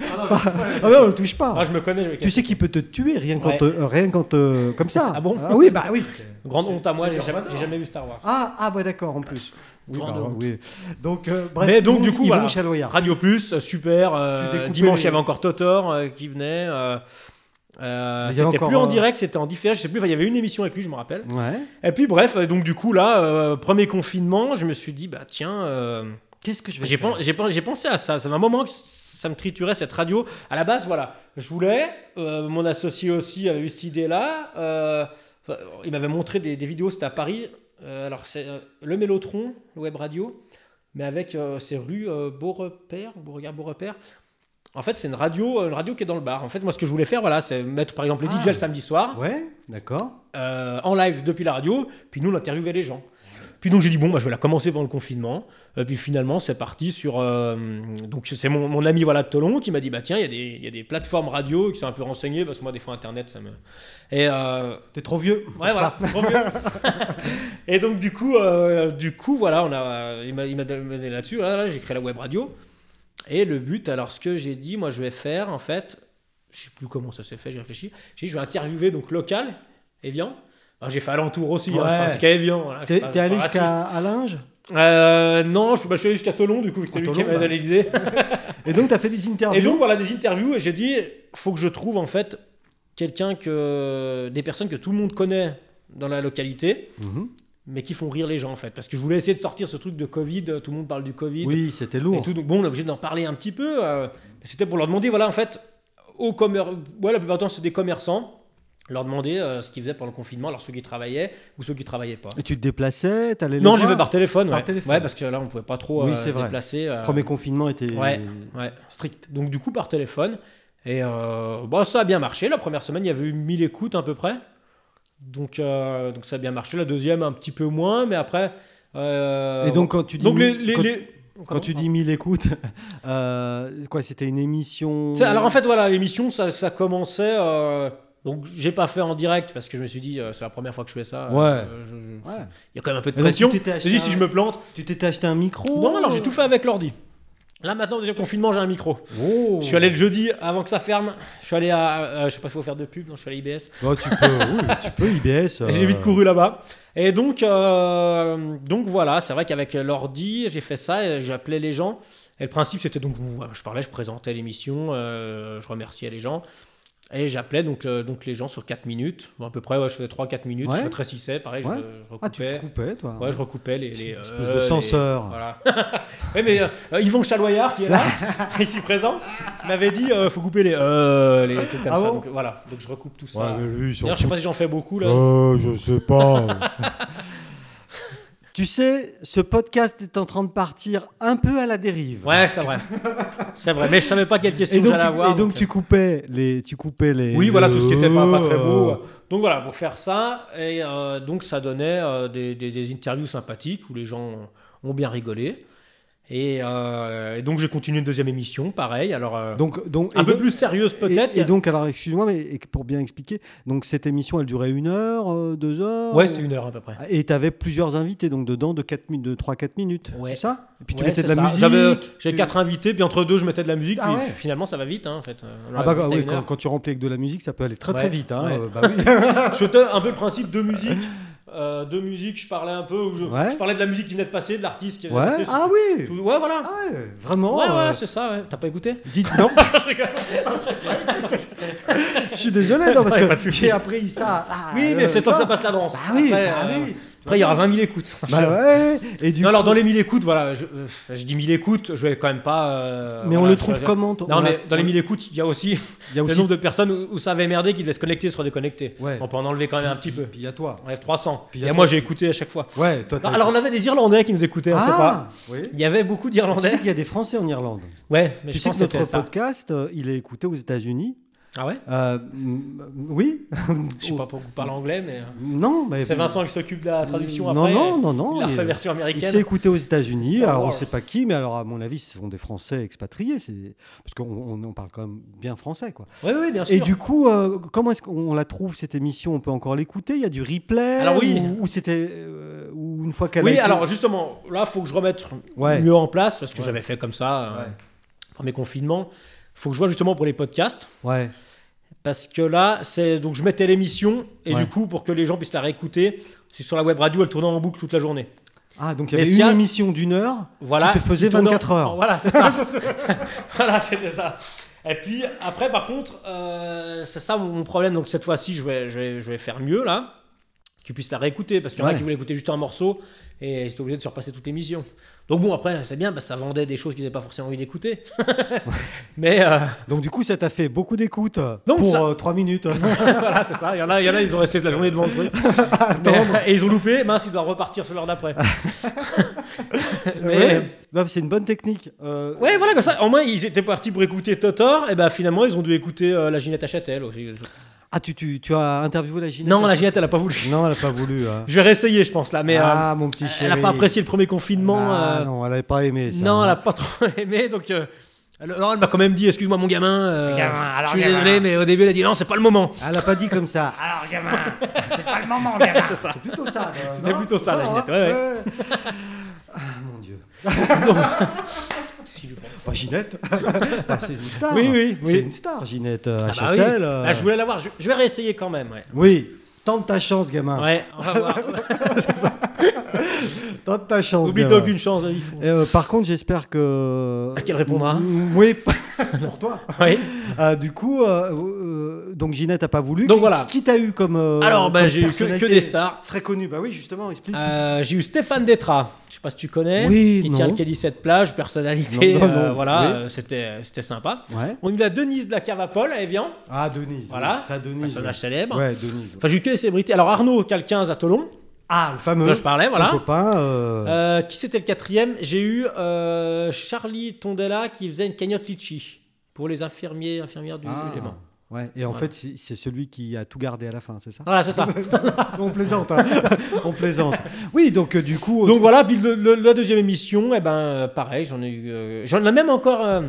Ah non, on le touche pas.
Ah, je me connais, je vais
Tu sais qu'il peut te tuer rien
Ouais.
quand, euh, rien quand euh, comme ça.
Ah bon
oui, bah oui.
Grande honte à moi,
c'est
j'ai jamais,
Vador.
j'ai jamais vu Star Wars.
Ah, ah bah d'accord, en plus. Oui,
Grande
bah,
honte.
oui. Donc, euh, bref,
Mais donc,
Yvon-
du coup,
Yvon
voilà.
Chaloyard.
Radio Plus, euh, super. euh,
Tu découpais
dimanche, il
les-
y avait encore Totor euh, qui venait. euh, euh,
Il y avait
c'était
encore,
plus en
euh,
direct, c'était en différé, je sais plus. Enfin, il y avait une émission avec lui, je me rappelle.
Ouais.
Et puis, bref, euh, donc du coup, là, euh, premier confinement, je me suis dit, bah tiens, euh,
Qu'est-ce que je vais
j'ai,
faire
pen- j'ai pen- j'ai pensé à ça. Ça fait un moment que ça me triturait cette radio. À la base, voilà, je voulais. euh, mon associé aussi avait eu cette idée-là. euh, enfin, il m'avait montré des, des vidéos, c'était à Paris. Euh, alors, c'est euh, le Mélotron, le web radio, mais avec euh, ces rues euh, Beaurepaire, Beauregard Beaurepaire. En fait, c'est une radio, euh, une radio qui est dans le bar. En fait, moi, ce que je voulais faire, voilà, c'est mettre par exemple le
Ah.
DJ le samedi soir
Ouais, d'accord.
euh, en live depuis la radio, puis nous, on interviewait les gens. Puis donc j'ai dit, bon, bah, je vais la commencer pendant le confinement. Et puis finalement, c'est parti sur... euh, donc c'est mon, mon ami voilà, de Tolon qui m'a dit, bah tiens, il y, a des- il y a des plateformes radio qui sont un peu renseignées, parce que moi, des fois, Internet, ça me... Et euh,
T'es trop vieux. pour
Ouais,
ça.
voilà. Trop bien. et donc, du coup, euh, du coup voilà, on a, il m'a il m'a donné là-dessus. Voilà, là, j'ai créé la web radio. Et le but, alors, ce que j'ai dit, moi, je vais faire, en fait, je sais plus comment ça s'est fait, j'ai réfléchi. J'ai dit, je vais interviewer donc local, Evian. Alors, j'ai fait alentour aussi, hein,
Ouais.
je pratiquais Evian. voilà, je suis
T'es,
pas-
t'es
pas
allé
raciste.
jusqu'à à Linge
Euh, Non, je, bah, je suis allé jusqu'à Tolon, du coup, c'est
À
lui qui
Tolon,
m'a
bah.
donné l'idée.
Et donc, t'as fait des interviews.
Et donc voilà des interviews et j'ai dit faut que je trouve en fait quelqu'un que des personnes que tout le monde connaît dans la localité
Mhm.
mais qui font rire les gens en fait parce que je voulais essayer de sortir ce truc de Covid euh, tout le monde parle du Covid
Oui, c'était
et
lourd.
tout donc bon on est obligé d'en parler un petit peu euh, c'était pour leur demander voilà en fait aux commer ouais, la plupart du temps c'est des commerçants leur demander euh, ce qu'ils faisaient pendant le confinement alors ceux qui travaillaient ou ceux qui travaillaient pas
Et tu te déplaçais, t'allais les
non
voir.
j'ai fait par téléphone,
Par
ouais.
téléphone.
Ouais, parce que là on pouvait pas trop
Oui,
euh,
c'est
se
vrai.
déplacer euh,
Premier confinement était
Ouais, ouais.
strict.
Donc du coup par téléphone. Et euh, bon, ça a bien marché. La première semaine, il y avait eu 1000 écoutes à peu près. Donc, euh, donc ça a bien marché. La deuxième, un petit peu moins. Mais après... euh,
Et donc, quand tu dis.
donc les...
mille-
les-
quand,
les-
quand tu dis 1000 écoutes, euh, quoi, c'était une émission.
C'est- Alors en fait, voilà, l'émission, ça, ça commençait... euh, donc j'ai pas fait en direct parce que je me suis dit, euh, c'est la première fois que je fais ça.
Ouais.
Euh, je- je-
Ouais.
Il y a quand même un peu de
Et donc,
pression.
tu t'étais
J'ai
acheté
dit,
un- Oh.
si je me plante...
Tu t'étais acheté un micro
Non, alors j'ai tout fait avec l'ordi. Là maintenant, déjà confinement, j'ai un micro.
Oh.
Je suis allé le jeudi avant que ça ferme. Je suis allé à... euh, je sais pas s'il faut faire de pub, non, je suis allé à IBS.
Bah, tu peux, oui, tu peux IBS.
Et J'ai
euh,
vite couru là-bas. Et donc, euh, donc voilà, c'est vrai qu'avec l'ordi, j'ai fait ça, et j'appelais les gens. Et le principe, c'était donc, voilà, je parlais, je présentais l'émission, euh, je remerciais les gens. Et j'appelais donc, euh, donc les gens sur 4 minutes. Bon, à peu près, ouais, je faisais 3-4 minutes.
Ouais.
Je rétrécissais, pareil, je-
Ouais.
je,
Ah, tu te
recoupais.
coupais, toi
ouais, je recoupais les. les
Une espèce
euh,
de
les-
censeur.
Voilà. Ouais, mais euh, Yvon Chaloyard, qui est là, ici présent, m'avait dit euh, faut couper les. euh, les trucs comme
Ah
ça.
bon
donc, voilà, donc je recoupe tout
Ouais,
ça.
mais lui, il s'en
D'ailleurs, je sais pas si j'en fais beaucoup là.
Euh, je sais pas. Tu sais, ce podcast est en train de partir un peu à la dérive.
Ouais, c'est vrai. c'est vrai, mais je savais pas quelle question
Et donc,
j'allais
tu,
avoir.
et donc tu coupais les, tu coupais les.
euh. Oui, voilà, tout ce qui était pas, pas très beau.
Euh,
Donc voilà, pour faire ça, et euh, donc ça donnait euh, des, des- des interviews sympathiques où les gens ont- ont bien rigolé. Et, euh, et donc j'ai continué une deuxième émission, pareil. Alors euh,
Donc, donc,
un
et
peu
donc-
plus sérieuse peut-être.
Et, et donc, alors, excuse-moi, mais et pour bien expliquer, donc cette émission, elle durait une heure, euh, deux heures.
ouais, c'était une heure à peu près.
Et tu avais plusieurs invités, donc dedans de, 4, de 3-4 minutes,
Ouais.
c'est ça Et puis tu
Ouais,
mettais de
c'est ça.
la musique
J'avais- euh, J'ai
tu-
quatre invités, puis entre deux, je mettais de la musique.
Ah
puis
ouais.
finalement, ça va vite, hein, en fait. Euh,
Ah
alors,
bah
t'as
oui,
une
quand,
heure.
quand tu remplis avec de la musique, ça peut aller très
Ouais.
très vite. Hein.
Ouais.
euh, bah oui.
C'était un peu le principe de musique. Euh, de musique, je parlais un peu. où Je,
Ouais.
je parlais de la musique qui venait de passer, de l'artiste qui venait de
Ouais.
passer.
Ah oui
Tout- ouais, voilà.
Ah ouais, Vraiment
ouais,
euh,
ouais, c'est ça, ouais. T'as pas écouté
Dites non, je suis désolé, non, parce
Ouais, pas de
que
souci.
j'ai appris ça. ah,
Oui, mais
euh,
c'est tant que ça passe la danse.
Bah oui,
après,
bah
euh,
oui.
après, il y aura 20 000 écoutes.
Bah ouais. Et du
non,
coup-
alors dans les 1000 écoutes, voilà, je, euh, je dis 1000 écoutes, je vais quand même pas. euh,
mais on
voilà,
le
je-
trouve
je-
comment
Non,
on l'a-
mais dans les 1000 écoutes, il y a aussi
Il y a
le
aussi.
nombre de personnes où, où ça avait merdé qui devaient se connecter se redéconnecter.
Ouais.
On peut en enlever quand même un petit peu.
Puis à toi.
Bref, 300.
Puis il y a
Et
toi.
moi, j'ai écouté à chaque fois.
Ouais, toi.
Non,
t'as-
alors on avait des Irlandais qui nous écoutaient, on sait pas.
ah, oui.
Il y avait beaucoup
Tu sais
d'Irlandais.
qu'il y a des Français en Irlande.
Ouais, mais
tu
je
sais
pense
que
que c'était
notre
ça.
podcast, euh, il est écouté aux États-Unis.
Ah ouais
Euh, m- oui.
Je sais pas pourquoi vous parlez anglais, mais. euh,
Non, mais.
C'est Vincent qui s'occupe de la traduction
Eh Non,
après.
non, non, non.
Il a
il-
refait version
Il s'est
américaine.
écouté aux États-Unis,
Star
alors on ne
Wars.
sait pas qui, mais alors à mon avis, ce sont des Français expatriés, c'est parce qu'on on- on parle quand même bien français, quoi.
Oui, oui, bien sûr.
Et du coup, euh, comment est-ce qu'on la trouve cette émission On peut encore l'écouter Il y a du replay
Alors oui.
Ou, ou c'était euh, ou une fois qu'elle a
Oui,
été-
alors justement, là, faut que je remette
Ouais.
mieux en place, parce que
Ouais.
j'avais fait comme ça, euh,
Ouais.
premier confinement. Faut que je vois justement pour les podcasts,
Ouais.
parce que là, c'est donc je mettais l'émission, et
Ouais.
du coup, pour que les gens puissent la réécouter, c'est sur la web radio, elle tournait en boucle toute la journée.
Ah, donc il
Mais
y avait
s'il
une
y a-
émission d'une heure.
Voilà.
Qui te faisait
qui tournait en-
24 heures.
Voilà, c'est ça. voilà, c'était ça. Et puis après, par contre, euh, c'est ça mon mon problème. Donc cette fois-ci, je vais, je, vais, je vais faire mieux là, qu'ils puissent la réécouter, parce qu'il y en a
Ouais.
qui voulaient écouter juste un morceau et ils étaient obligés de se repasser toute l'émission. Donc bon, après, c'est bien, parce que ça vendait des choses qu'ils n'avaient pas forcément envie d'écouter. Mais euh,
Donc du coup, ça t'a fait beaucoup d'écoutes euh,
Donc,
pour
ça-
3 minutes.
voilà, c'est ça. Il y en a, il y en a, ils ont resté de la journée devant le truc. Mais- et ils ont loupé. Mince, ils doivent repartir sur l'heure d'après. Mais
Ouais. Non, c'est une bonne technique. Euh,
Ouais, voilà, comme ça. Au moins, ils étaient partis pour écouter Totor, et ben finalement, ils ont dû écouter euh, la Ginette à Châtel aussi.
Ah, tu, tu, tu as interviewé la Ginette
Non, la Ginette, elle a pas voulu.
Non, elle n'a pas voulu. hein.
Je vais réessayer, je pense, là, mais euh,
ah, mon petit chéri.
elle n'a pas apprécié le premier confinement.
Ah,
euh,
Non, elle n'avait pas aimé ça.
non, elle n'a pas trop aimé, donc. euh, elle- alors, elle m'a quand même dit, excuse-moi, mon gamin. euh,
Gamin,
je
alors,
suis
gamin.
désolé, mais au début, elle a dit, non, c'est pas le moment.
Elle n'a pas dit comme ça. Ah,
Alors gamin, c'est pas le moment gamin.
c'est ça.
C'est plutôt ça. euh,
C'était
non
plutôt ça, la Ginette, ouais,
ouais. Ah, mon Dieu.
Qu'est-ce qu'il lui prend
Bah, Ginette, Bah, c'est une star.
Oui, oui, oui.
C'est une star, Ginette euh, à
Ah, bah oui.
Châtel. euh.
Là, je voulais l'avoir. Je, je vais réessayer quand même, ouais.
Oui, tente ta chance, gamin.
Ouais, on va voir.
Tente ta chance,
N'oublie
gamin.
aucune chance, hein, il faut.
Et, euh, par contre, j'espère que.
Qu'elle répondra.
Mm, Oui, pour toi.
Ouais.
Ah, du coup, euh, euh, donc Ginette a pas voulu.
Donc
qui,
voilà.
Qui t'a eu comme. euh,
Alors, bah,
comme
j'ai eu que- que
personnalité
des stars.
Très connue. Bah oui, justement, explique.
Euh, j'ai eu Stéphane Détra, je sais pas si tu connais,
Oui,
qui
non.
tient le Cali 7 plage, personnalité,
Non, non,
euh,
non,
voilà,
oui.
euh, c'était c'était sympa.
Ouais.
On a eu la Denise de la cave à Paul à Evian,
Ah, Denise.
Voilà. Bah,
oui, Ça, Denise.
personnage
oui.
célèbre.
Ouais, Denise.
Enfin, j'ai eu que des célébrités. Alors Arnaud, qui a le 15 à Tolon,
Ah, le fameux.
dont je parlais,
Ton
voilà.
copain. euh,
Euh, qui c'était le quatrième J'ai eu euh, Charlie Tondela qui faisait une cagnotte litchi pour les infirmiers, infirmières du
ah,
Léman.
Ouais. Et en
Voilà.
fait, c'est c'est celui qui a tout gardé à la fin, c'est ça
Voilà, c'est ça.
On plaisante. hein. On plaisante. Oui, donc euh, du coup.
Donc voilà, puis le- le- la deuxième émission, eh ben, euh, pareil, j'en ai eu. euh, j'en ai même encore euh,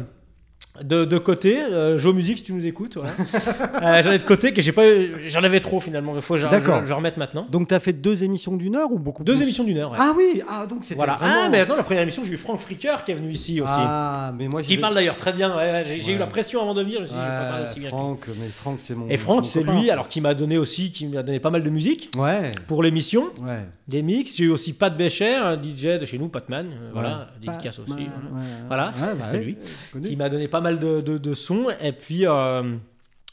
de, de côté. Euh, Joe Music, si tu nous écoutes, voilà. Euh, j'en ai de côté, que j'ai pas eu- j'en avais trop finalement. Il faut que je-
D'accord.
je, je remette maintenant.
Donc t'as fait deux émissions d'une heure ou beaucoup
Deux
plus
émissions d'une heure. ouais.
Ah oui, ah donc c'était
voilà.
vraiment-
Ah, mais non, la première émission, j'ai eu Franck Fricker qui est venu ici aussi.
Ah, mais moi j'ai
qui parle d'ailleurs très bien. ouais, ouais, j'ai j'ai
Ouais.
eu la pression avant de venir. Je me suis dit, je peux pas parler aussi
Ouais,
bien que lui.
Franck, mais Franck c'est mon
Et Franck, c'est
mon
lui,
copain.
alors qui m'a donné aussi, qui m'a donné pas mal de musique
Ouais.
pour l'émission,
Ouais.
des mix. J'ai eu aussi Pat Becher, un DJ de chez nous, Patman. euh, Voilà,
Ouais.
dédicace aussi.
Ouais,
voilà.
ouais,
Voilà,
ouais, bah
c'est
ouais,
lui
connu.
qui m'a donné pas mal de, de- de sons. Et puis, euh,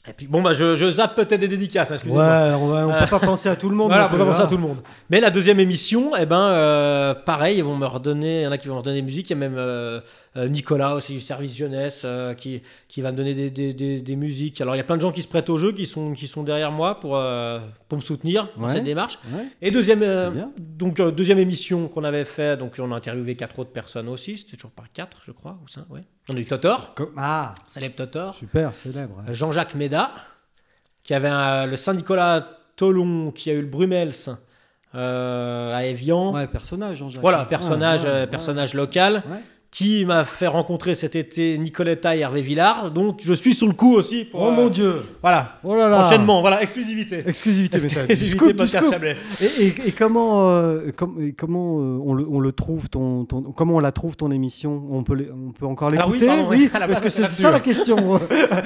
Et puis bon, bah, je, je zappe peut-être des dédicaces, hein,
Ouais,
excusez-moi.
on, va- on
Euh,
peut pas penser à tout le monde.
Voilà,
non
on peut
plus,
pas penser à
hein.
tout le monde. Mais la deuxième émission, eh ben, euh, pareil, ils vont me redonner, il y en a qui vont me redonner des musiques, il y a même euh, euh, Nicolas aussi du service jeunesse euh, qui, qui va me donner des, des, des- des musiques. Alors il y a plein de gens qui se prêtent au jeu, qui sont, qui sont derrière moi pour, euh, pour me soutenir dans
Ouais.
cette démarche.
Ouais.
Et deuxième, euh,
C'est bien.
donc, euh, deuxième émission qu'on avait fait, donc on a interviewé quatre autres personnes aussi, c'était toujours par quatre, je crois, ou cinq, ouais. On a eu Totor,
Comme- Ah,
Saleb Totor.
super, célèbre. hein.
Euh, Jean-Jacques Méda, qui avait un- euh, le Saint-Nicolas Tolon, qui a eu le Brumels euh, à Evian.
Ouais, personnage, Jean-Jacques.
Voilà,
Ouais,
personnage,
ouais,
euh,
ouais.
personnage local,
Ouais.
qui m'a fait rencontrer cet été Nicoletta et Hervé Villard, dont je suis sous le coup aussi pour.
Oh
euh,
mon dieu
Voilà,
Oh là là
enchaînement, voilà, exclusivité.
Exclusivité, mais t'as- du
Exclusivité
scoop, du
podcast
scoop.
Chablais.
Et, et- et comment, euh, com- et comment euh, on, le, on le trouve ton, ton- comment on la trouve ton émission On peut les- on peut encore
Alors Ah oui,
l'écouter
pardon, oui, à la base,
parce que
c'est
c'est ça la question.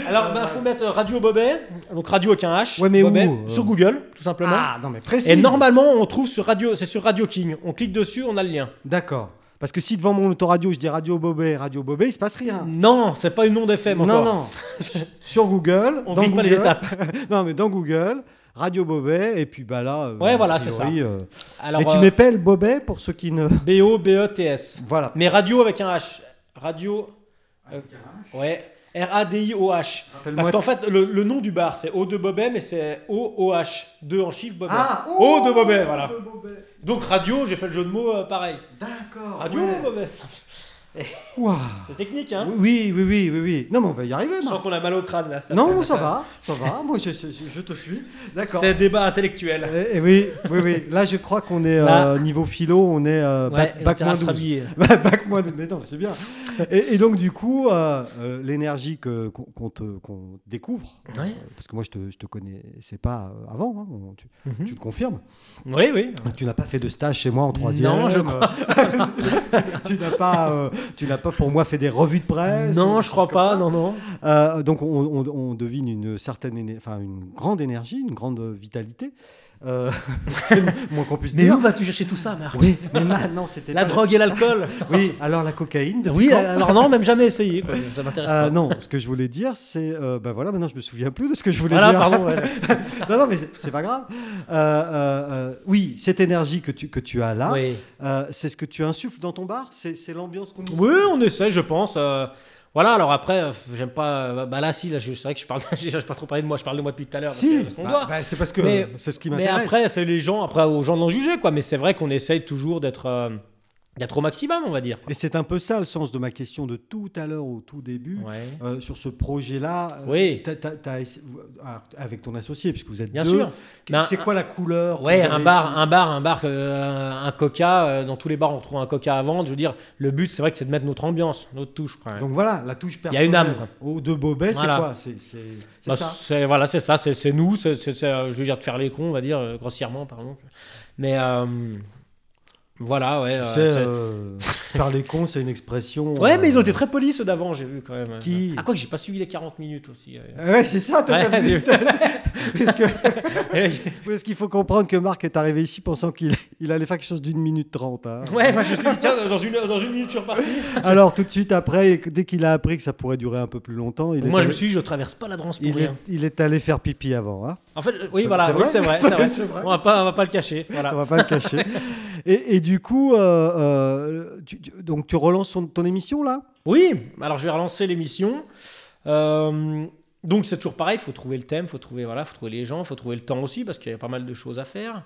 Alors, bah, faut mettre Radio Bobet, donc radio avec un H,
Ouais, mais où,
Bobet,
euh
sur Google, tout simplement.
ah non mais précis.
et normalement, on trouve sur Radio, c'est sur Radio King. On clique dessus, on a le lien.
D'accord. Parce que si devant mon autoradio je dis Radio Bobet, Radio Bobet, il se passe rien.
Non, c'est pas une onde FM encore.
Non non. Sur Google.
On
dans
bride pas les
Google-
étapes.
non mais dans Google. Radio Bobet et puis bah là. euh,
Ouais, voilà,
a
c'est
priori, euh,
Alors,
et tu
euh,
m'épelles Bobet pour ceux qui ne.
B-O-B-E-T-S.
Voilà.
E Mais radio avec un H. Radio.
Ah,
euh, ouais. R-A-D-I-O-H. Parce qu'en fait, le, le nom du bar, c'est O de Bobet, mais c'est O-O-H. Deux en chiffre, Bobet.
Ah
O de Bobet, voilà.
O de Bobet.
Donc radio, j'ai fait le jeu de mots euh, pareil.
D'accord.
Radio
ouais.
Bobet.
Ouah.
C'est technique, hein
Oui, oui, oui, oui, oui. Non, mais on va y arriver,
Je sens
Marc.
qu'on a mal au crâne là. cet
Non,
après-
ça va, ça va. Moi, je, je- je te suis. D'accord.
C'est débat intellectuel.
Eh, eh oui, oui, oui. Là, je crois qu'on est euh,
Là.
niveau philo, on est euh, bac,
Ouais,
bac
on
moins
terrasse
12.
Rabier.
Bac bac moins 12. Mais non, c'est bien. Et, et donc, du coup, euh, euh, l'énergie que- qu'on qu'on te- qu'on découvre,
Ouais.
euh, parce que moi, je te, je te connaissais pas euh, avant, hein, on- tu,
Mhm.
tu le confirmes.
Oui, oui.
Tu n'as pas fait de stage chez moi en troisième.
Non, je
crois. tu n'as pas, euh, tu n'as pas pour moi fait des revues de presse. ou
non,
des
je crois
choses comme
pas,
ça.
non, non.
Euh, donc on, on- on devine une certaine, éner- enfin une grande énergie, une grande vitalité. Euh, c'est le moins qu'on puisse
Mais
dire.
où vas-tu chercher tout ça, Marc
Oui, mais maintenant c'était
La
pas-
drogue et l'alcool
Oui, alors la cocaïne. depuis
Oui,
quand
alors non, même jamais essayé. quoi. Ça m'intéresse
Euh,
pas.
non, ce que je voulais dire, c'est euh, ben voilà, maintenant je me souviens plus de ce que je voulais
Voilà,
dire.
pardon. ouais.
non, non, mais c'est- c'est pas grave. Euh, euh, euh, oui, cette énergie que tu que tu as là,
Oui.
euh, c'est ce que tu insuffles dans ton bar. C'est c'est l'ambiance qu'on.
Oui, on essaie, je pense. euh, voilà, alors après, euh, j'aime pas. euh, Bah là, si, là, je- c'est vrai que je parle. j'ai j'ai pas trop parlé de moi, je parle de moi depuis tout à l'heure. parce que-
Si.
parce qu'on
Bah,
doit.
bah, c'est parce que
Mais-
euh, c'est ce qui
Mais
m'intéresse.
après, c'est les gens, après, aux gens d'en juger, quoi. Mais c'est vrai qu'on essaye toujours d'être. euh, d'être au maximum, on va dire.
Et c'est un peu ça le sens de ma question de tout à l'heure au tout début.
Ouais.
Euh, sur ce projet-là, euh,
Oui.
t'as- t'as- t'as essa- alors, avec ton associé, puisque vous êtes
Bien
deux,
sûr.
que-
Mais un-
c'est quoi la couleur que
Ouais,
vous
un
avez
bar,
essayé
un bar, un bar, euh, un coca. euh, dans tous les bars, on trouve un coca à vendre. Je veux dire, le but, c'est vrai que c'est de mettre notre ambiance, notre touche. quoi.
Donc voilà, la touche
y a
personnelle.
une âme, quoi.
Au de Bobet,
Voilà.
c'est quoi C'est- C'est c'est
Bah,
ça.
c'est- voilà, c'est ça, c'est c'est nous, c'est c'est- c'est, euh, je veux dire de faire les cons, on va dire euh, grossièrement, pardon. Mais euh, voilà, ouais.
Tu
euh,
sais,
c'est-
euh, faire les cons, c'est une expression.
Ouais,
euh,
mais ils ont été très polis ceux d'avant, j'ai vu quand même.
Qui
Ah quoi que j'ai pas suivi les 40 minutes aussi. euh.
Ouais, c'est ça, toi,
Ouais,
t'as
j'ai-
vu- parce que- parce qu'il faut comprendre que Marc est arrivé ici pensant qu'il il allait faire quelque chose d'une minute trente. hein.
ouais, moi je me suis dit tiens dans une dans une minute je suis reparti.
Alors tout de suite après, dès qu'il a appris que ça pourrait durer un peu plus longtemps, il, est,
Moi je
allé,
me suis hein. dit je traverse pas la Drance pour
il, est,
rien.
il est allé faire pipi avant. hein.
En fait, euh, oui
C'est-
voilà,
c'est
oui,
vrai
c'est vrai,
C'est-
c'est vrai.
c'est vrai
On va pas on va pas le cacher, voilà.
On va pas le cacher. Et, et du coup, euh, euh, tu, tu- donc tu relances ton, ton émission là
Oui, alors je vais relancer l'émission. Euh, donc c'est toujours pareil, il faut trouver le thème, faut trouver voilà, faut trouver les gens, faut trouver le temps aussi parce qu'il y a pas mal de choses à faire.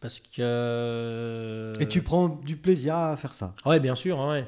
Parce que
Et tu prends du plaisir à faire ça.
Ah Ouais, bien sûr, hein, ouais.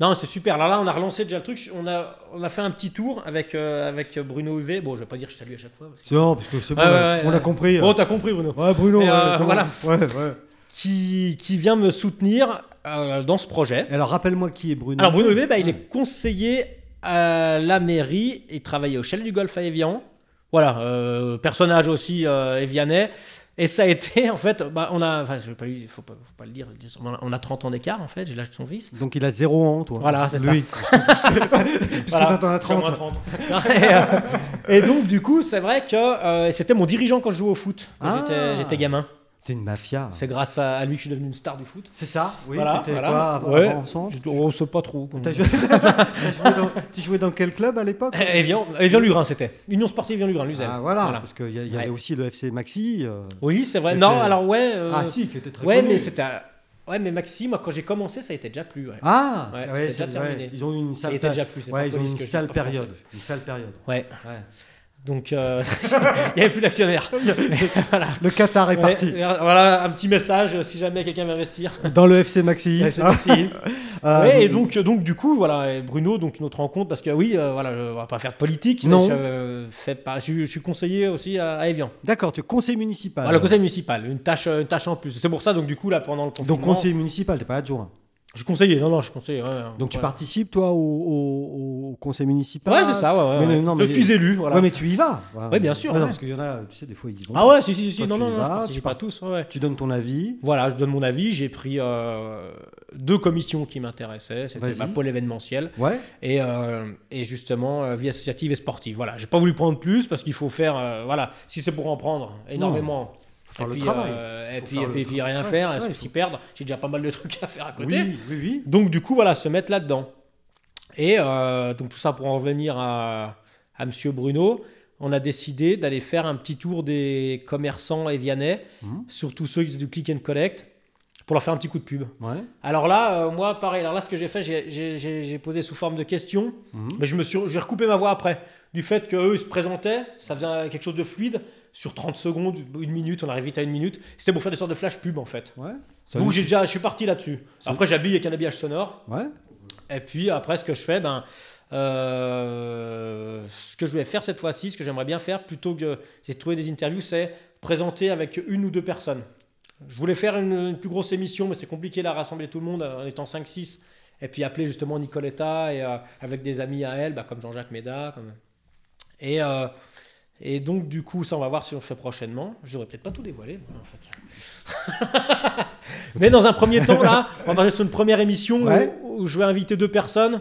Non, c'est super. Là, là, on a relancé déjà le truc. On a, on a fait un petit tour avec, euh, avec Bruno UV. Bon, je vais pas dire je salue à chaque fois. parce
C'est bon, parce que c'est bon,
Ouais, ouais, ouais,
on a
ouais.
compris. hein.
que- Bon, t'as compris, Bruno.
ouais, Bruno,
Mais,
ouais,
euh,
c'est bon.
voilà.
Ouais, ouais.
Qui, qui vient me soutenir euh, dans ce projet.
Et Alors rappelle-moi qui est Bruno.
Alors Bruno Huvet, bah, il est conseiller à la mairie, il travaillait au Châle du Golfe à Évian. Voilà, euh, personnage aussi euh, évianais. Et ça a été, en fait, bah, on a, enfin, je vais pas lui, faut pas, faut pas le dire, on a- on a 30 ans d'écart, en fait, j'ai l'âge de son fils.
Donc il a zéro an, toi.
Voilà, c'est ça.
Lui. Puisque
Voilà,
t'en as
j'ai moins
30.
30. et, euh, et donc, du coup, c'est vrai que euh, c'était mon dirigeant quand je jouais au foot, quand
Ah.
j'étais- j'étais gamin.
C'est une mafia.
C'est grâce à, à lui que je suis devenu une star du foot.
C'est ça Oui,
Voilà,
t'étais
voilà.
quoi avant,
Ouais.
avant ensemble
Je- On sait pas trop.
Oh, T'as joué... t'as joué dans... Tu jouais dans quel club à l'époque
Et Evian, Evian Lugrin, c'était. Union Sportive Evian Lugrin, l'USEM.
Ah voilà, parce qu'il y, a- il y avait
Ouais.
aussi le FC Maxi. euh,
Oui, c'est vrai.
Qui
Non,
était-
alors ouais. euh,
Ah si, qui était très
Ouais,
connu.
mais c'était. à- Ouais, mais Maxime, quand j'ai commencé, ça était déjà plus. Ouais.
Ah,
Ouais,
c'est-
c'était
ouais,
déjà
c'est-
terminé.
ouais, ils ont eu une
ça
sale,
était
période.
déjà plus. c'est
ouais,
pas
ils ont eu
police
une
que je
sale
suis pas
période. Une sale période.
français. Ouais.
Ouais.
Donc, euh, il n'y avait plus d'actionnaire.
Le Qatar est
Ouais,
parti
euh, Voilà un petit message euh, si jamais quelqu'un veut investir.
dans le FC Maxi.
Ouais, c'est
hein.
parti.
Euh,
Ouais, et donc, donc du coup, voilà, et Bruno, donc une autre rencontre parce que oui, euh, voilà, je- on va pas faire de politique. mais
Non.
Je, euh, fais pas, je, je suis conseiller aussi à, à Evian.
D'accord, tu es conseiller municipal.
Voilà, le conseil municipal, une tâche, euh, une tâche en plus. C'est pour ça, donc du coup là, pendant le confinement,
Donc conseiller municipal, t'es pas adjoint.
je conseillais. Non, non, je conseillais. ouais, ouais,
Donc tu
ouais.
participes toi au, au- au conseil municipal.
Ouais, c'est ça. Ouais, ouais,
Mais
ouais.
non,
je
mais-
suis élu. Voilà.
Ouais, mais tu y vas.
Ouais, bien sûr,
Non, non,
ouais.
parce qu'il y en a, tu sais, des fois ils y vont.
Ah ouais, si, si, si,
Hein Toi,
non,
tu
non,
y
non,
vas,
je
tu
participe
pars-
pas tous. ouais, ouais.
Tu donnes ton avis.
Voilà, je donne mon avis. J'ai pris euh, deux commissions qui m'intéressaient. C'était
Vas-y.
ma pôle événementiel
Ouais.
et, euh, et justement euh, vie associative et sportive. Voilà, j'ai pas voulu prendre plus parce qu'il faut faire. euh, voilà, si c'est pour en prendre énormément.
Faut faire
et
le
puis,
travail.
euh, et
Faut
puis,
faire
et
le
puis- et puis
tra-
rien
ouais,
faire,
ouais,
et
il
s'y perdre. J'ai déjà pas mal de trucs à faire à côté.
Oui, oui, oui.
Donc du coup, voilà, se mettre là-dedans. Et euh, donc tout ça pour en revenir à, à Monsieur Bruno, on a décidé d'aller faire un petit tour des commerçants évianais,
Mhm.
surtout ceux qui faisaient du click and collect, pour leur faire un petit coup de pub.
Ouais.
Alors là, euh, moi, pareil. Alors là, ce que j'ai fait, j'ai- j'ai j'ai- j'ai posé sous forme de question,
Mhm.
mais je me suis, j'ai recoupé ma voix après. Du fait qu'eux, ils se présentaient, ça faisait euh, quelque chose de fluide. Sur 30 secondes, une minute, on arrive vite à une minute. C'était pour faire des sortes de flash pub, en fait.
Ouais.
Donc
Salut.
j'ai déjà, je suis parti là-dessus.
Salut.
Après, j'habille avec un habillage sonore.
Ouais.
Et puis après, ce que je fais, ben, euh, ce que je vais faire cette fois-ci, ce que j'aimerais bien faire, plutôt que c'est de trouver des interviews, c'est présenter avec une ou deux personnes. Je voulais faire une, une plus grosse émission, mais c'est compliqué là, rassembler tout le monde euh, en étant 5-6. Et puis appeler justement Nicoletta et euh, avec des amis à elle, bah, comme Jean-Jacques Méda. Comme... Et, euh, et donc, du coup, ça, on va voir si on le fait prochainement. Je devrais peut-être pas tout dévoiler, moi, en fait. Mais dans un premier temps, là, on va passer sur une première émission où-
Ouais.
où, je vais inviter deux personnes.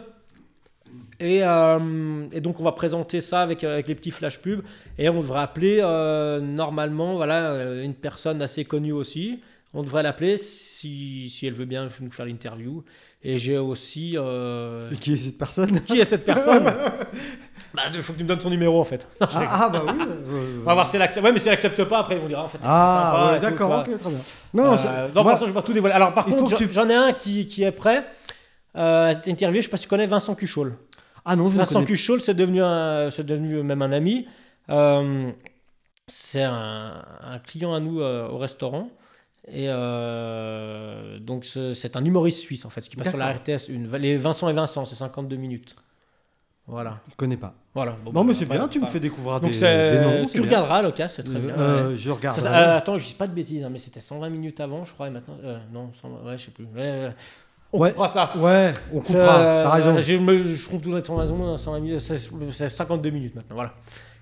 Et, euh, et donc, on va présenter ça avec, euh, avec les petits flash pubs. Et on devrait appeler, euh, normalement, voilà, euh, une personne assez connue aussi. On devrait l'appeler si, si elle veut bien nous faire l'interview. Et j'ai aussi. euh,
Et qui est cette personne
qui est cette personne Bah, il faut que tu me donnes son numéro en fait.
ah, ah, bah oui. euh,
On va voir si elle accepte. Ouais, mais si elle accepte pas, après ils vont dire ah, en fait.
Ah,
sympa,
ouais,
écoute,
d'accord,
voilà.
ok, très bien.
Euh,
Non,
Non,
ça-
pour
moi-
l'instant, je vais pas tout dévoiler. Alors, par
Il faut
contre,
que
j'en-
tu-
j'en ai un qui, qui est prêt euh, à t'interviewer. Je sais pas si tu connais Vincent Cuchol.
ah non, je ne
Vincent
connais
Cuchol, c'est devenu, un- c'est devenu même un ami. Euh, c'est un, un client à nous euh, au restaurant. Et euh, donc, ce- c'est un humoriste suisse en fait, qui passe sur la RTS. Une, les Vincent et Vincent, c'est 52 minutes. Voilà.
je connais pas.
voilà. Bon,
Non,
bah,
mais c'est
pas-
bien, tu me
pas-
fais découvrir
donc
des,
c'est- euh,
des noms. c'est
tu
bien.
regarderas, Lucas, c'est très bien.
Euh,
ouais.
Je
Ça,
regarde.
ça- euh, attends, je dis pas de bêtises, hein, mais c'était 120 minutes avant, je crois, et maintenant. euh, non, 120, ouais, je sais plus. Ouais, ouais. On
Ouais.
coupera ça.
Ouais, on coupera,
Euh,
t'as raison.
Je, me- je compte tout dans 120, 120 minutes, c'est c'est 52 minutes maintenant, voilà.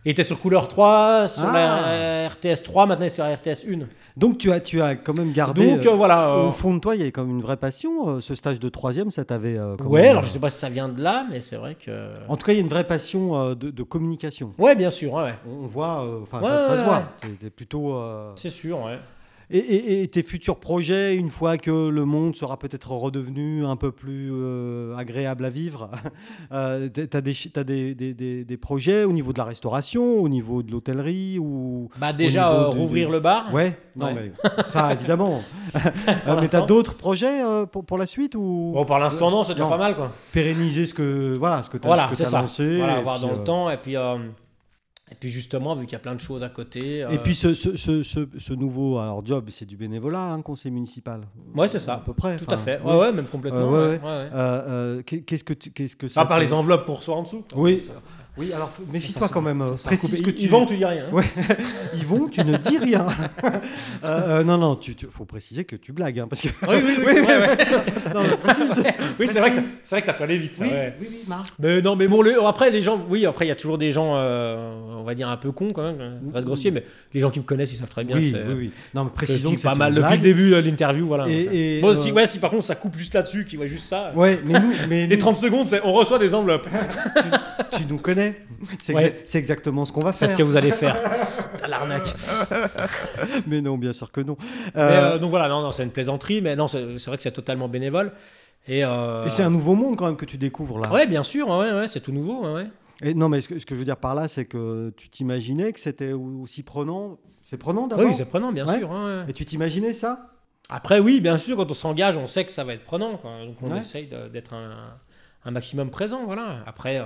Il était sur Couleur 3, sur
Ah.
la RTS 3, maintenant il est sur la RTS 1.
Donc tu as, tu as quand même gardé.
Donc
euh,
euh, voilà. euh,
Au fond de toi, il y avait quand même une vraie passion. euh, Ce stage de troisième, ça t'avait. euh, quand
ouais,
même,
alors
euh,
je sais pas si ça vient de là, mais c'est vrai que.
En tout cas, il y a une vraie passion euh, de, de communication.
Ouais, bien sûr, ouais, ouais.
On on voit, euh, enfin,
Ouais,
ça, ça
ouais,
se
ouais.
voit. T'es- t'es plutôt. euh,
C'est sûr, ouais.
Et, et- et tes futurs projets, une fois que le monde sera peut-être redevenu un peu plus euh, agréable à vivre, euh, t'as t'as des, chi- t'as des, des- des- des projets au niveau de la restauration, au niveau de l'hôtellerie ou.
Bah déjà,
niveau
euh,
du-
rouvrir
du-
le bar.
Ouais, non
Ouais.
mais ça évidemment. Euh, mais t'as
l'instant.
d'autres projets euh, pour, pour la suite ou
Bon, par l'instant, non, c'est déjà
Non.
pas mal, quoi.
pérenniser ce que voilà ce que t'as
Voilà,
ce que
c'est
t'as
ça.
lancé
voilà,
et
voir
puis,
dans
euh,
le temps. Et puis, euh, et puis justement, vu qu'il y a plein de choses à côté. euh,
Et puis ce, ce, ce, ce, ce nouveau alors job, c'est du bénévolat, hein, conseil municipal.
euh, Ouais, c'est
À
ça.
peu près.
Tout
enfin,
à fait.
oui.
Ouais, ouais, même complètement.
Euh, ouais,
ouais, ouais, ouais.
Euh, euh, qu'est- qu'est-ce que tu- qu'est-ce que ça
Ah, par
te-
les enveloppes pour soi en dessous. quoi.
Oui.
Ça,
Oui, alors f-
ça,
méfie-toi
ça,
quand même.
ça,
euh,
ça,
Précise
coupé.
ce que
Ils-
tu
Ils vendent, tu dis rien. hein.
Ouais. Ils vont, tu ne dis rien. Euh, euh, non, non, tu, tu- faut préciser que tu blagues, hein, parce que.
Oui, oui, oui, c'est vrai, ouais.
non, mais précise.
Oui, c'est vrai, que ça- c'est vrai que ça peut aller vite. ça,
Oui,
ouais.
oui, oui, Marc.
Mais non, mais bon, le- après, les gens, oui, après, il y a toujours des gens, euh, on va dire un peu cons quand même, on va se grossier, mais les gens qui me connaissent, ils savent très bien que
Oui,
c'est.
oui, oui. Non, mais
que je
précisons
dis
que c'est
pas
une
mal depuis
blague.
le début hein, de l'interview, voilà.
Et- et,
Bon, si,
euh,
ouais, si par contre ça coupe juste là-dessus, qu'ils voient juste ça.
Ouais, mais nous, mais
Les
nous,
30 secondes, c'est on reçoit des enveloppes.
tu nous connais. C'est exa-
Ouais.
c'est exactement ce qu'on va
C'est
faire.
ce que vous allez faire. à l'arnaque.
Mais non, bien sûr que non.
Mais,
Euh,
euh, donc voilà, non, non, c'est une plaisanterie, mais non, c'est c'est vrai que c'est totalement bénévole. Et, euh, Ah
et c'est un nouveau monde quand même que tu découvres là.
Ouais, bien sûr, ouais, ouais, c'est tout nouveau. ouais, ouais.
Et non, mais ce que, ce que je veux dire par là, c'est que tu t'imaginais que c'était au- aussi prenant. C'est prenant d'abord.
Oui, c'est prenant, bien
Ouais.
sûr. ouais, ouais.
Et tu t'imaginais ça
Après, oui, bien sûr, quand on s'engage, on sait que ça va être prenant. quoi. Donc on
Ouais.
essaye de- d'être un, un maximum présent. Voilà. Après, euh,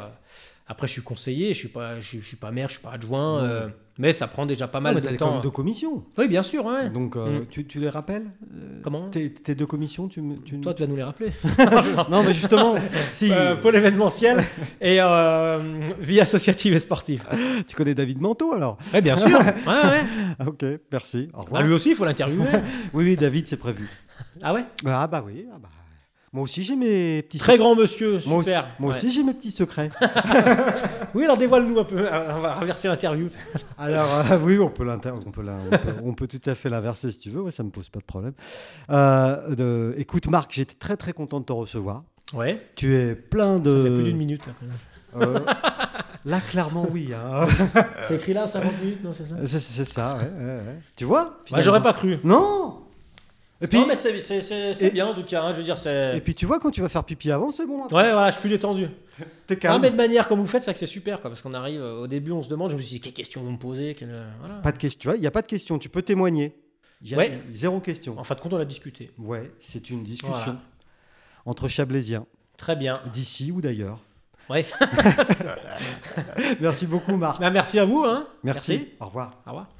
après, je suis conseiller, je suis pas, je, je suis pas maire, je suis pas adjoint,
Ouais.
euh, mais ça prend déjà pas
Non,
mal
mais t'as
de
des
temps.
com- deux commissions.
Oui, bien sûr. ouais.
Donc, euh,
Mm.
tu, tu les rappelles euh,
Comment
tes, tes deux commissions, tu, me- tu-
Toi, tu vas nous les rappeler.
Non, mais justement, si
Euh, pôle événementiel et euh, vie associative et sportive.
tu connais David Manteau alors.
Oui, bien sûr. Ouais, ouais.
Ah, Ok, merci. Au
Bah,
revoir.
lui aussi, il faut l'interviewer.
Oui, oui, David, c'est prévu.
Ah ouais
Ah bah oui. ah bah. Moi aussi, j'ai mes petits.
Très grand monsieur, super.
Moi aussi, moi
Ouais.
aussi, j'ai mes petits secrets.
Oui, alors dévoile-nous un peu. Euh, On va renverser l'interview.
Alors euh, oui, on peut l'inter, on peut, la- on peut, on peut tout à fait l'inverser si tu veux. Ouais, ça me pose pas de problème. Euh, de- écoute, Marc, j'étais très très content de te recevoir.
Ouais,
Tu es plein
ça
de.
fait plus d'une minute. là.
Euh, là, clairement, oui. hein.
C'est écrit là, 50 minutes, non, c'est ça
C'est- c'est c'est ça. ouais, ouais, ouais. Tu vois
Bah,
finalement.
J'aurais pas cru.
Non. Et puis,
non, mais c'est- c'est c'est- c'est
Et-
bien en tout cas. hein, je veux dire,
et
c'est.
puis, tu vois quand tu vas faire pipi avant, c'est bon. hein.
Ouais, voilà, je suis plus détendu.
T'es
Non,
calme.
mais de manière comme vous faites, c'est que c'est super, quoi, parce qu'on arrive euh, au début, on se demande, je me suis dit, quelles questions vont me poser quelles, euh, voilà.
Pas de question. Tu vois, il y a pas de question. Tu peux témoigner. Il y a
Ouais.
Zéro question.
En fin de compte, on a discuté.
Ouais, c'est une discussion
Voilà.
entre Chablaisiens,
Très bien.
d'ici ou d'ailleurs.
Ouais.
Merci beaucoup, Marc.
Bah, merci à vous. Hein.
Merci. Au revoir.
Au revoir.